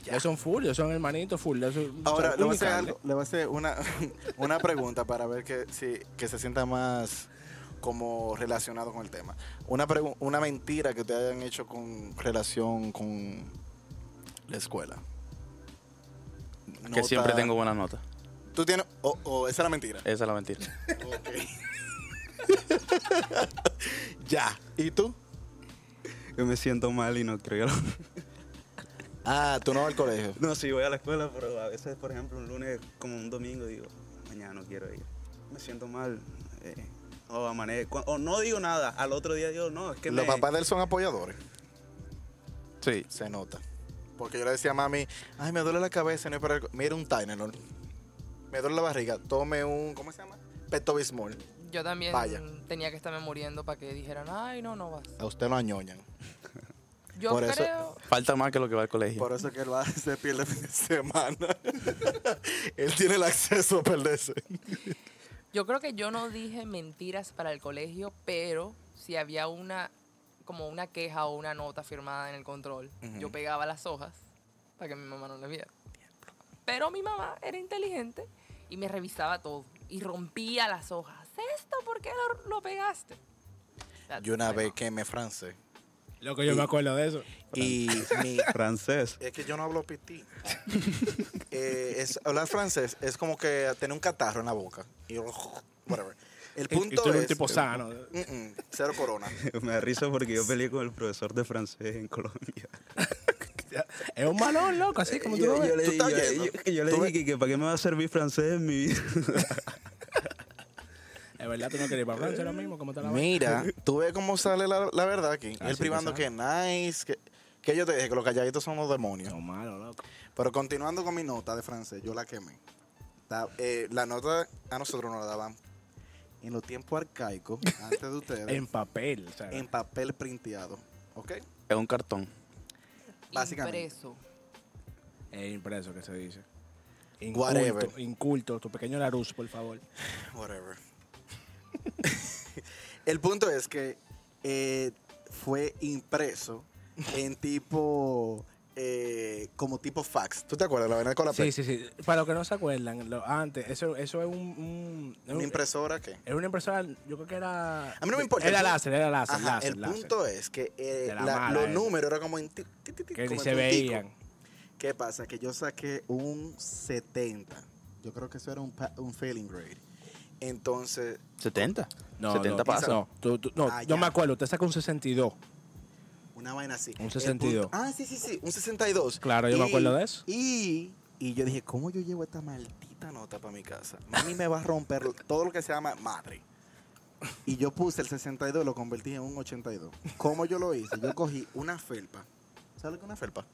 Speaker 1: Ellos son full, ellos son hermanitos full. ellos son-
Speaker 2: Ahora,
Speaker 1: son
Speaker 2: le voy a hacer
Speaker 1: unicarnes.
Speaker 2: algo, le voy a hacer una, una pregunta para ver que, si, que se sienta más como relacionado con el tema. Una, pregu- una mentira que te hayan hecho con relación con la escuela.
Speaker 3: Que
Speaker 2: Nota-
Speaker 3: siempre tengo Eh. buenas notas.
Speaker 2: Tú tienes... O esa es la mentira.
Speaker 3: Esa es la mentira.
Speaker 2: ya. ¿Y tú?
Speaker 5: Yo me siento mal y no creo.
Speaker 2: Ah, tú no vas al colegio.
Speaker 5: No, sí, voy a la escuela, pero a veces, por ejemplo, un lunes, como un domingo, digo, mañana no quiero ir. Me siento mal. eh, o amanezco. O no digo nada. Al otro día digo, no, es que
Speaker 2: Los
Speaker 5: me-
Speaker 2: papás de él son apoyadores.
Speaker 3: Sí.
Speaker 2: Se nota. Porque yo le decía a mami, ay, me duele la cabeza, no es para el co-". Mira un Tylenol. Me duele la barriga, tome un, ¿cómo se llama? Peto Bismol.
Speaker 4: Yo también
Speaker 2: Vaya.
Speaker 4: tenía que estarme muriendo para que dijeran, ay, no, no vas.
Speaker 2: A usted lo añoñan.
Speaker 4: Yo
Speaker 2: Por eso-
Speaker 4: creo...
Speaker 3: Falta más que lo que va al colegio.
Speaker 2: Por eso que él va se pierde el fin de semana. él tiene el acceso a perderse.
Speaker 4: Yo creo que yo no dije mentiras para el colegio, pero si había una como una queja o una nota firmada en el control, yo pegaba las hojas para que mi mamá no las viera. Pero mi mamá era inteligente y me revisaba todo y rompía las hojas. ¿Esto por qué lo, lo pegaste? That's
Speaker 2: Yo una
Speaker 4: my
Speaker 2: vez
Speaker 4: mom.
Speaker 2: quemé francés.
Speaker 1: Loco, yo me acuerdo de eso.
Speaker 2: Y mi,
Speaker 5: Francés.
Speaker 2: Es que yo no hablo pití. Eh, es, hablar francés es como que tener un catarro en la boca. Y whatever. El
Speaker 1: Y- y
Speaker 2: punto
Speaker 1: tú eres
Speaker 2: es.
Speaker 1: un tipo sano.
Speaker 2: Mm, mm, cero corona.
Speaker 5: Me da risa porque yo peleé con el profesor de francés en Colombia.
Speaker 1: Es un malón, loco, así como tú
Speaker 5: yo,
Speaker 1: lo ves.
Speaker 5: yo le,
Speaker 2: ¿Tú
Speaker 5: di-
Speaker 2: estás
Speaker 5: yo-
Speaker 2: oyendo?
Speaker 5: yo- yo le
Speaker 2: ¿Tú
Speaker 5: dije que, para qué me va a servir francés en mi vida.
Speaker 1: Es verdad, tú no quieres ir para Francia ahora mismo, como te la Ah, ves?
Speaker 2: Mira, tú ves cómo sale la, la verdad aquí.
Speaker 1: Así
Speaker 2: Él privando
Speaker 1: que
Speaker 2: que nice. Que, que yo te dije que los calladitos son los demonios.
Speaker 1: No, malo, loco.
Speaker 2: Pero continuando con mi nota de francés, yo la quemé. La, eh, la nota a nosotros nos la daban en los tiempos arcaicos, antes de ustedes,
Speaker 1: En
Speaker 2: en,
Speaker 1: papel, o sea,
Speaker 2: papel printeado. ¿Ok?
Speaker 3: Es un cartón.
Speaker 2: básicamente.
Speaker 4: Impreso.
Speaker 1: es impreso que se dice.
Speaker 2: Whatever.
Speaker 1: Inculto, inculto, tu pequeño Larus, por favor.
Speaker 2: Whatever. El punto es que eh, fue impreso en tipo. eh, como tipo fax. ¿Tú te acuerdas? La vaina con la
Speaker 1: Sí, sí, sí. Para los que no se acuerdan, lo- antes, eso, eso es un... un- es
Speaker 2: ¿Una
Speaker 1: un-
Speaker 2: impresora qué?
Speaker 1: Era una impresora, yo creo que era...
Speaker 2: A mí no me importa.
Speaker 1: Era
Speaker 2: El pu-
Speaker 1: láser, era láser,
Speaker 2: Ajá,
Speaker 1: láser,
Speaker 2: el
Speaker 1: láser.
Speaker 2: punto es que eh,
Speaker 1: De la
Speaker 2: la-
Speaker 1: mala
Speaker 2: los
Speaker 1: esa.
Speaker 2: números eran como en ti- ti- ti- ti-
Speaker 1: Que ni
Speaker 2: como
Speaker 1: se
Speaker 2: en puntico.
Speaker 1: veían.
Speaker 2: ¿Qué pasa? Que yo saqué un 70. Yo creo que eso era un, pa- un failing grade. Entonces,
Speaker 3: 70.
Speaker 1: No,
Speaker 3: 70
Speaker 1: no,
Speaker 3: pasa.
Speaker 1: No, tú- tú- no,
Speaker 2: Ah,
Speaker 1: yo
Speaker 2: ya.
Speaker 1: me acuerdo, usted sacó un 62.
Speaker 2: una vaina así.
Speaker 1: Un
Speaker 2: El
Speaker 1: 62.
Speaker 2: punto- Ah, sí, sí, sí, un 62.
Speaker 1: Claro, yo me acuerdo de eso.
Speaker 2: Y, y yo dije, ¿cómo yo llevo esta maldita nota para mi casa? Mami me va a romper todo lo que se llama madre. Y yo puse el 62 y lo convertí en un 82. ¿Cómo yo lo hice? Yo cogí una felpa. ¿Sabes lo que es una felpa?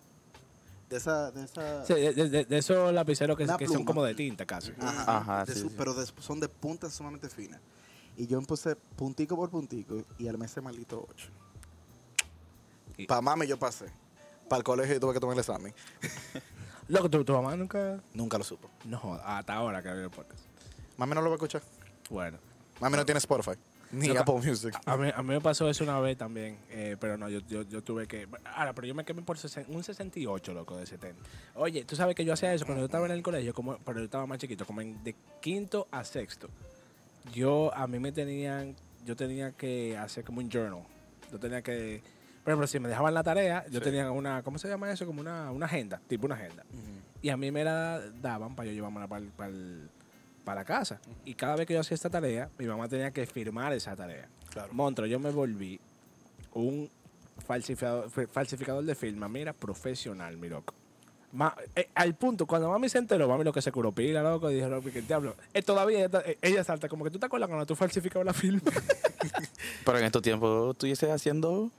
Speaker 2: De esa... De esa
Speaker 1: Sí, de, de- de esos lapiceros que,
Speaker 2: Una
Speaker 1: que son
Speaker 2: Ah. pluma.
Speaker 1: como de tinta casi.
Speaker 2: Ajá,
Speaker 3: Ajá,
Speaker 2: de
Speaker 3: sí,
Speaker 2: su-
Speaker 3: sí.
Speaker 2: Pero de- son de puntas sumamente finas. Y yo empecé puntico por puntico y armé ese maldito 8.
Speaker 1: Y-
Speaker 2: Para mami yo pasé. Para el colegio yo tuve que tomar el examen.
Speaker 1: Loco, tu, tu mamá nunca...
Speaker 2: Nunca lo supo.
Speaker 1: No, joda, hasta ahora que abrió el podcast.
Speaker 2: Mami no lo va a escuchar.
Speaker 1: Bueno.
Speaker 2: Mami no tiene Spotify. Ni
Speaker 1: Loca-
Speaker 2: Apple
Speaker 3: Ah,
Speaker 2: Music.
Speaker 1: A mí, a mí me pasó eso una vez también, eh, pero no, yo, yo, yo tuve que... Ahora, pero yo me quemé por sesen- un 68, loco, de 70. Oye, tú sabes que yo hacía eso cuando yo estaba en el colegio, como, pero yo estaba más chiquito, como en- de quinto a sexto. Yo, a mí me tenían, yo tenía que hacer como un journal. Yo tenía que... Por ejemplo, si me dejaban la tarea, yo
Speaker 3: Sí.
Speaker 1: tenía una, ¿cómo se llama eso? Como una, una agenda, tipo una agenda. Y a mí me la daban para yo llevármela para la casa. Y cada vez que yo hacía esta tarea, mi mamá tenía que firmar esa tarea.
Speaker 2: Claro.
Speaker 1: Montro, yo me volví un falsificador, fe- falsificador de firma, mira, profesional, mi loco. Ma- eh, al punto, cuando mami se enteró, mami lo que se curó pila, loco, y dije, loco, ¿qué diablo? Eh, todavía ella, está- eh, ella salta, como que tú te acuerdas cuando tú falsificabas la firma.
Speaker 3: Pero en estos tiempos tú estás haciendo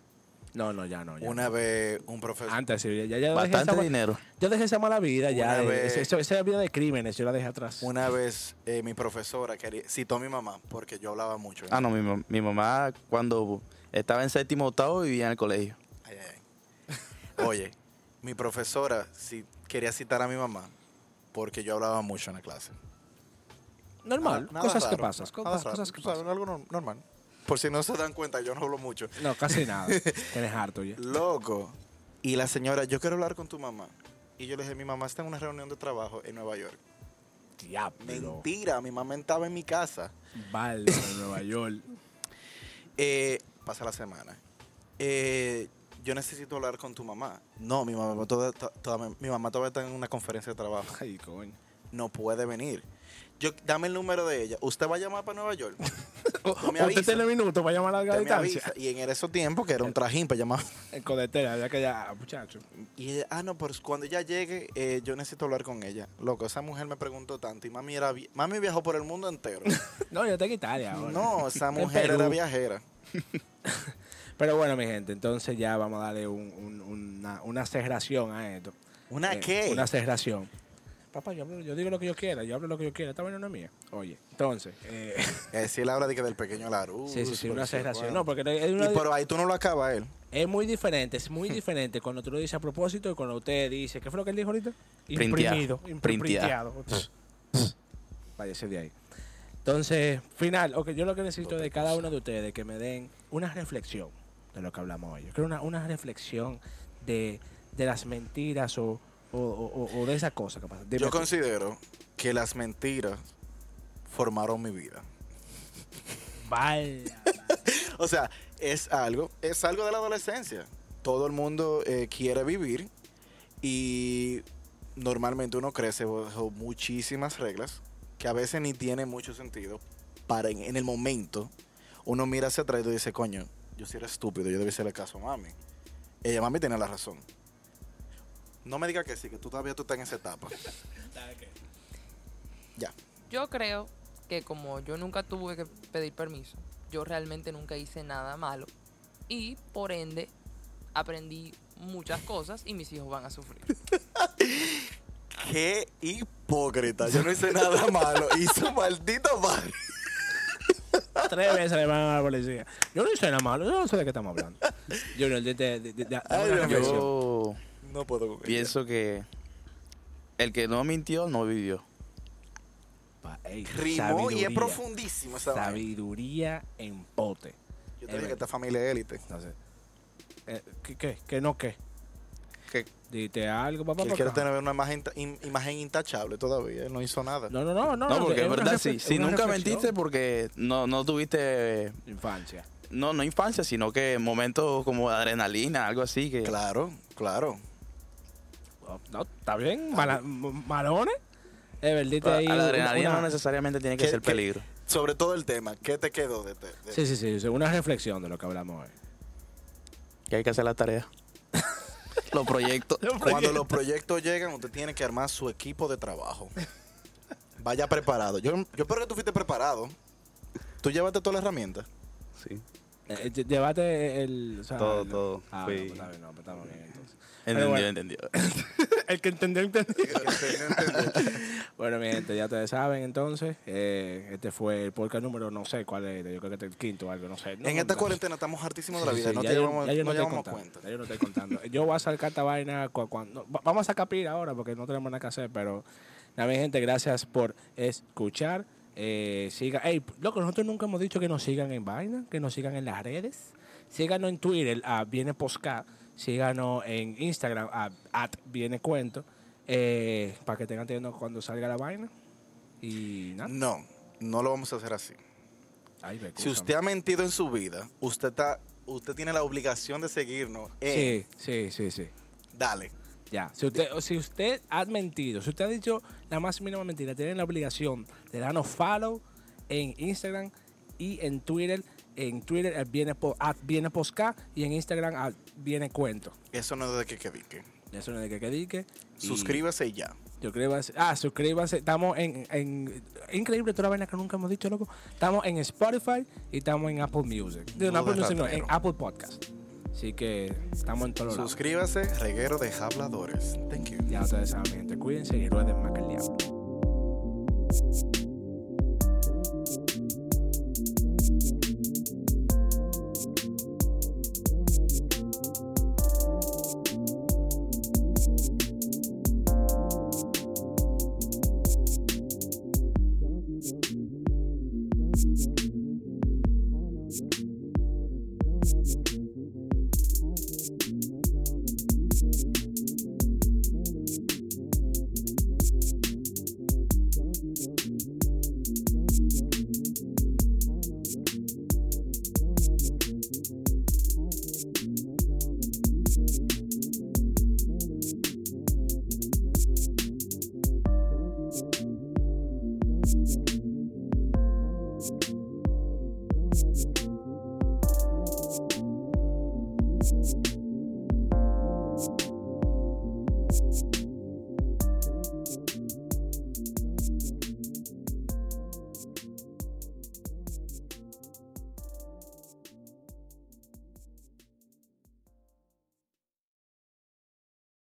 Speaker 1: no, no, ya no. Ya
Speaker 2: Una vez un
Speaker 3: Ah,
Speaker 2: profesor.
Speaker 1: Antes, sí, ya, ya, ya dejé esa
Speaker 3: bastante
Speaker 1: ma-
Speaker 3: dinero.
Speaker 1: Yo dejé esa mala vida, ya.
Speaker 2: Una
Speaker 1: de-
Speaker 2: vez-
Speaker 1: eso- esa vida de crímenes, yo la dejé atrás.
Speaker 2: Una vez eh, mi profesora quería- citó a mi mamá porque yo hablaba mucho.
Speaker 3: Ah, no, mi, mam- mi mamá cuando estaba en séptimo octavo vivía en el colegio.
Speaker 2: Ay, ay, ay. Oye, mi profesora si quería citar a mi mamá porque yo hablaba mucho en la clase.
Speaker 1: Normal,
Speaker 2: Nada- nada
Speaker 1: cosas que
Speaker 2: raro,
Speaker 1: pasan,
Speaker 2: nada
Speaker 1: cosas,
Speaker 2: raro.
Speaker 1: cosas que
Speaker 2: O sea,
Speaker 1: pasan.
Speaker 2: algo nor- normal. Por si no se dan cuenta, yo no hablo mucho.
Speaker 1: No, casi nada. Tienes harto ya.
Speaker 2: Loco. Y la señora, yo quiero hablar con tu mamá. Y yo le dije, mi mamá está en una reunión de trabajo en Nueva York.
Speaker 1: Diablo.
Speaker 2: Mentira, mi mamá estaba en mi casa.
Speaker 1: Baldo de Nueva York.
Speaker 2: Eh, pasa la semana. Eh, yo necesito hablar con tu mamá. No, mi mamá, toda- to- toda- mi mamá todavía está en una conferencia de trabajo.
Speaker 1: Ay, coño.
Speaker 2: No puede venir. Yo, dame el número de ella. ¿Usted va a llamar para Nueva York? Tú me
Speaker 1: Usted
Speaker 2: avisas.
Speaker 1: tiene minutos este para llamar a larga
Speaker 2: Usted me
Speaker 1: distancia.
Speaker 2: avisa. Y en esos tiempos, que era un trajín para llamar.
Speaker 1: En codetera, ya que ya, muchacho.
Speaker 2: Y ella, ah, no, pues cuando ella llegue, eh, yo necesito hablar con ella. Loco, esa mujer me preguntó tanto. Y mami, era vi- mami viajó por el mundo entero.
Speaker 1: No, yo tengo Italia ahora.
Speaker 2: no, esa
Speaker 1: En
Speaker 2: mujer era
Speaker 1: Perú.
Speaker 2: viajera.
Speaker 1: Pero bueno, mi gente, entonces ya vamos a darle un- un- una, una cerración a esto.
Speaker 2: ¿Una
Speaker 1: Eh,
Speaker 2: qué?
Speaker 1: Una cerración. Papá, yo, hablo- yo digo lo que yo quiera, yo hablo lo que yo quiera, esta vaina no es mía. Oye, entonces, eh,
Speaker 2: Eh, sí, él habla de que del pequeño Larú.
Speaker 1: sí, sí, sí, una cerración. No,
Speaker 2: No,
Speaker 1: porque es, una-
Speaker 2: y, pero ahí tú no lo acabas él.
Speaker 1: es muy diferente, es
Speaker 3: Hmm.
Speaker 1: muy diferente cuando tú lo dices a propósito y cuando usted dice, ¿qué fue lo que él dijo ahorita?
Speaker 3: Printeado,
Speaker 1: impr-
Speaker 3: printeado. Hmm.
Speaker 1: printeado. Váyase de ahí. Entonces, final, ok, yo lo que necesito de cada uno de ustedes que me den una reflexión de lo que hablamos hoy. Yo creo una, una reflexión de, de las mentiras o, o- o- o- o de esa cosa que pasa. Dime
Speaker 2: Yo
Speaker 1: tú.
Speaker 2: considero que las mentiras formaron mi vida.
Speaker 1: Vaya.
Speaker 2: O sea, es algo, es algo de la adolescencia. Todo el mundo eh, quiere vivir y normalmente uno crece bajo muchísimas reglas que a veces ni tiene mucho sentido para en, en el momento uno mira hacia atrás y dice, coño, yo sí era estúpido, yo debí hacerle caso a mami. Ella, mami, tenía la razón. No me digas que sí, que tú todavía tú estás en esa etapa. ya.
Speaker 4: Yo creo que como yo nunca tuve que pedir permiso, yo realmente nunca hice nada malo y por ende aprendí muchas cosas y mis hijos van a sufrir.
Speaker 2: Qué hipócrita. Yo no hice nada malo. Hizo maldito mal.
Speaker 1: Tres veces le van a la policía. Yo no hice nada malo, yo no sé de qué estamos hablando. Junior, de, de- de- de- de-
Speaker 2: Ay,
Speaker 1: una
Speaker 2: Dios mío.
Speaker 1: reflexión.
Speaker 3: Yo
Speaker 2: No puedo con ella.
Speaker 3: pienso que el que no mintió no vivió.
Speaker 1: Pa- ey,
Speaker 2: Rimó y es
Speaker 1: sabiduría.
Speaker 2: profundísimo esa vaina.
Speaker 1: Sabiduría en pote.
Speaker 2: Yo te dije que esta familia es élite.
Speaker 1: Entonces, eh, ¿qué, qué? ¿Qué no qué?
Speaker 2: Que
Speaker 1: Dite algo, papá.
Speaker 2: que él
Speaker 1: porque-
Speaker 2: quiere tener una imagen, ta- im- imagen intachable todavía. Él no hizo nada.
Speaker 1: No, no, no, no.
Speaker 3: No, porque es
Speaker 1: una
Speaker 3: verdad,
Speaker 1: refle-
Speaker 3: sí. Si
Speaker 1: una
Speaker 3: nunca
Speaker 1: reflexión.
Speaker 3: mentiste porque no, no tuviste,
Speaker 1: Infancia.
Speaker 3: no, no infancia, sino que momentos como adrenalina, algo así. que
Speaker 2: Claro, claro.
Speaker 1: Oh, No, está bien. mala- m- malones. Es verdad, dite
Speaker 3: Ah. A
Speaker 1: ahí.
Speaker 3: la
Speaker 1: una-
Speaker 3: adrenalina
Speaker 1: una-
Speaker 3: no necesariamente tiene que
Speaker 2: ¿Qué-
Speaker 3: ser
Speaker 2: qué-
Speaker 3: peligro.
Speaker 2: Sobre todo el tema. ¿Qué te quedó de, te, de-
Speaker 1: Sí, sí, sí. sí, Una reflexión de lo que hablamos hoy.
Speaker 3: Que hay que hacer la tarea. Los proyectos.
Speaker 2: Cuando los proyectos llegan, usted tiene que armar su equipo de trabajo. Vaya preparado. Yo, yo espero que tú fuiste preparado. Tú llevaste todas las herramientas.
Speaker 5: Sí.
Speaker 1: Eh, eh, lle- Llévate el. o sea,
Speaker 5: Todo,
Speaker 1: el-
Speaker 5: todo.
Speaker 1: Ah,
Speaker 5: Fui-
Speaker 1: no, pues está bien, no, pues estamos bien entonces.
Speaker 3: Entendió,
Speaker 1: bueno.
Speaker 3: entendió.
Speaker 1: el que entendió, entendió. bueno, mi gente, ya ustedes saben entonces. eh, este fue el podcast número, no sé cuál es, yo creo que este es el quinto o algo, no sé. No,
Speaker 2: en esta
Speaker 1: no-
Speaker 2: cuarentena estamos hartísimos de la
Speaker 1: Sí,
Speaker 2: vida.
Speaker 1: sí,
Speaker 2: no
Speaker 1: ya
Speaker 2: te
Speaker 1: yo-
Speaker 2: llevamos,
Speaker 1: ya yo
Speaker 2: no
Speaker 1: estoy
Speaker 2: llevamos
Speaker 1: contando,
Speaker 2: cuenta.
Speaker 1: ya yo no estoy contando. Yo voy a sacar esta vaina cu- cuando. va- Vamos a sacar pila ahora porque no tenemos nada que hacer, pero. Nada, mi gente, gracias por escuchar. Eh, siga. Ey, loco, nosotros nunca hemos dicho que nos sigan en vaina, que nos sigan en las redes. Síganos en Twitter, a Viene Posca. Síganos en Instagram, a at Viene Cuento. eh, para que tengan teniendo cuando salga la vaina. Y nada.
Speaker 2: No, no lo vamos a hacer así.
Speaker 1: Ay, me
Speaker 2: Si
Speaker 1: excusan.
Speaker 2: usted ha mentido en su vida, usted está, usted tiene la obligación de seguirnos. Eh,
Speaker 1: Sí, sí, sí, sí.
Speaker 2: Dale.
Speaker 1: Ya, si usted, o si usted ha mentido, si usted ha dicho la más mínima mentira, tienen la obligación de darnos follow en Instagram y en Twitter. En Twitter eh, viene, po- at viene posca y en Instagram at viene cuento.
Speaker 2: Eso no es de que que dique.
Speaker 1: Eso no es de que que dique. Y
Speaker 2: Suscríbase y ya.
Speaker 1: Suscríbase. Ah, suscríbase. Estamos en, en- Increíble toda la vaina que nunca hemos dicho, loco. Estamos en Spotify y estamos en Apple Music. Digo, no,
Speaker 2: No
Speaker 1: Apple
Speaker 2: de
Speaker 1: Music, no, en
Speaker 2: ratero.
Speaker 1: Apple Podcast. Así que estamos en todos lados.
Speaker 2: Suscríbase, reguero de habladores. Thank you.
Speaker 1: Ya ustedes saben, mi gente. Cuídense y rueden macaleado.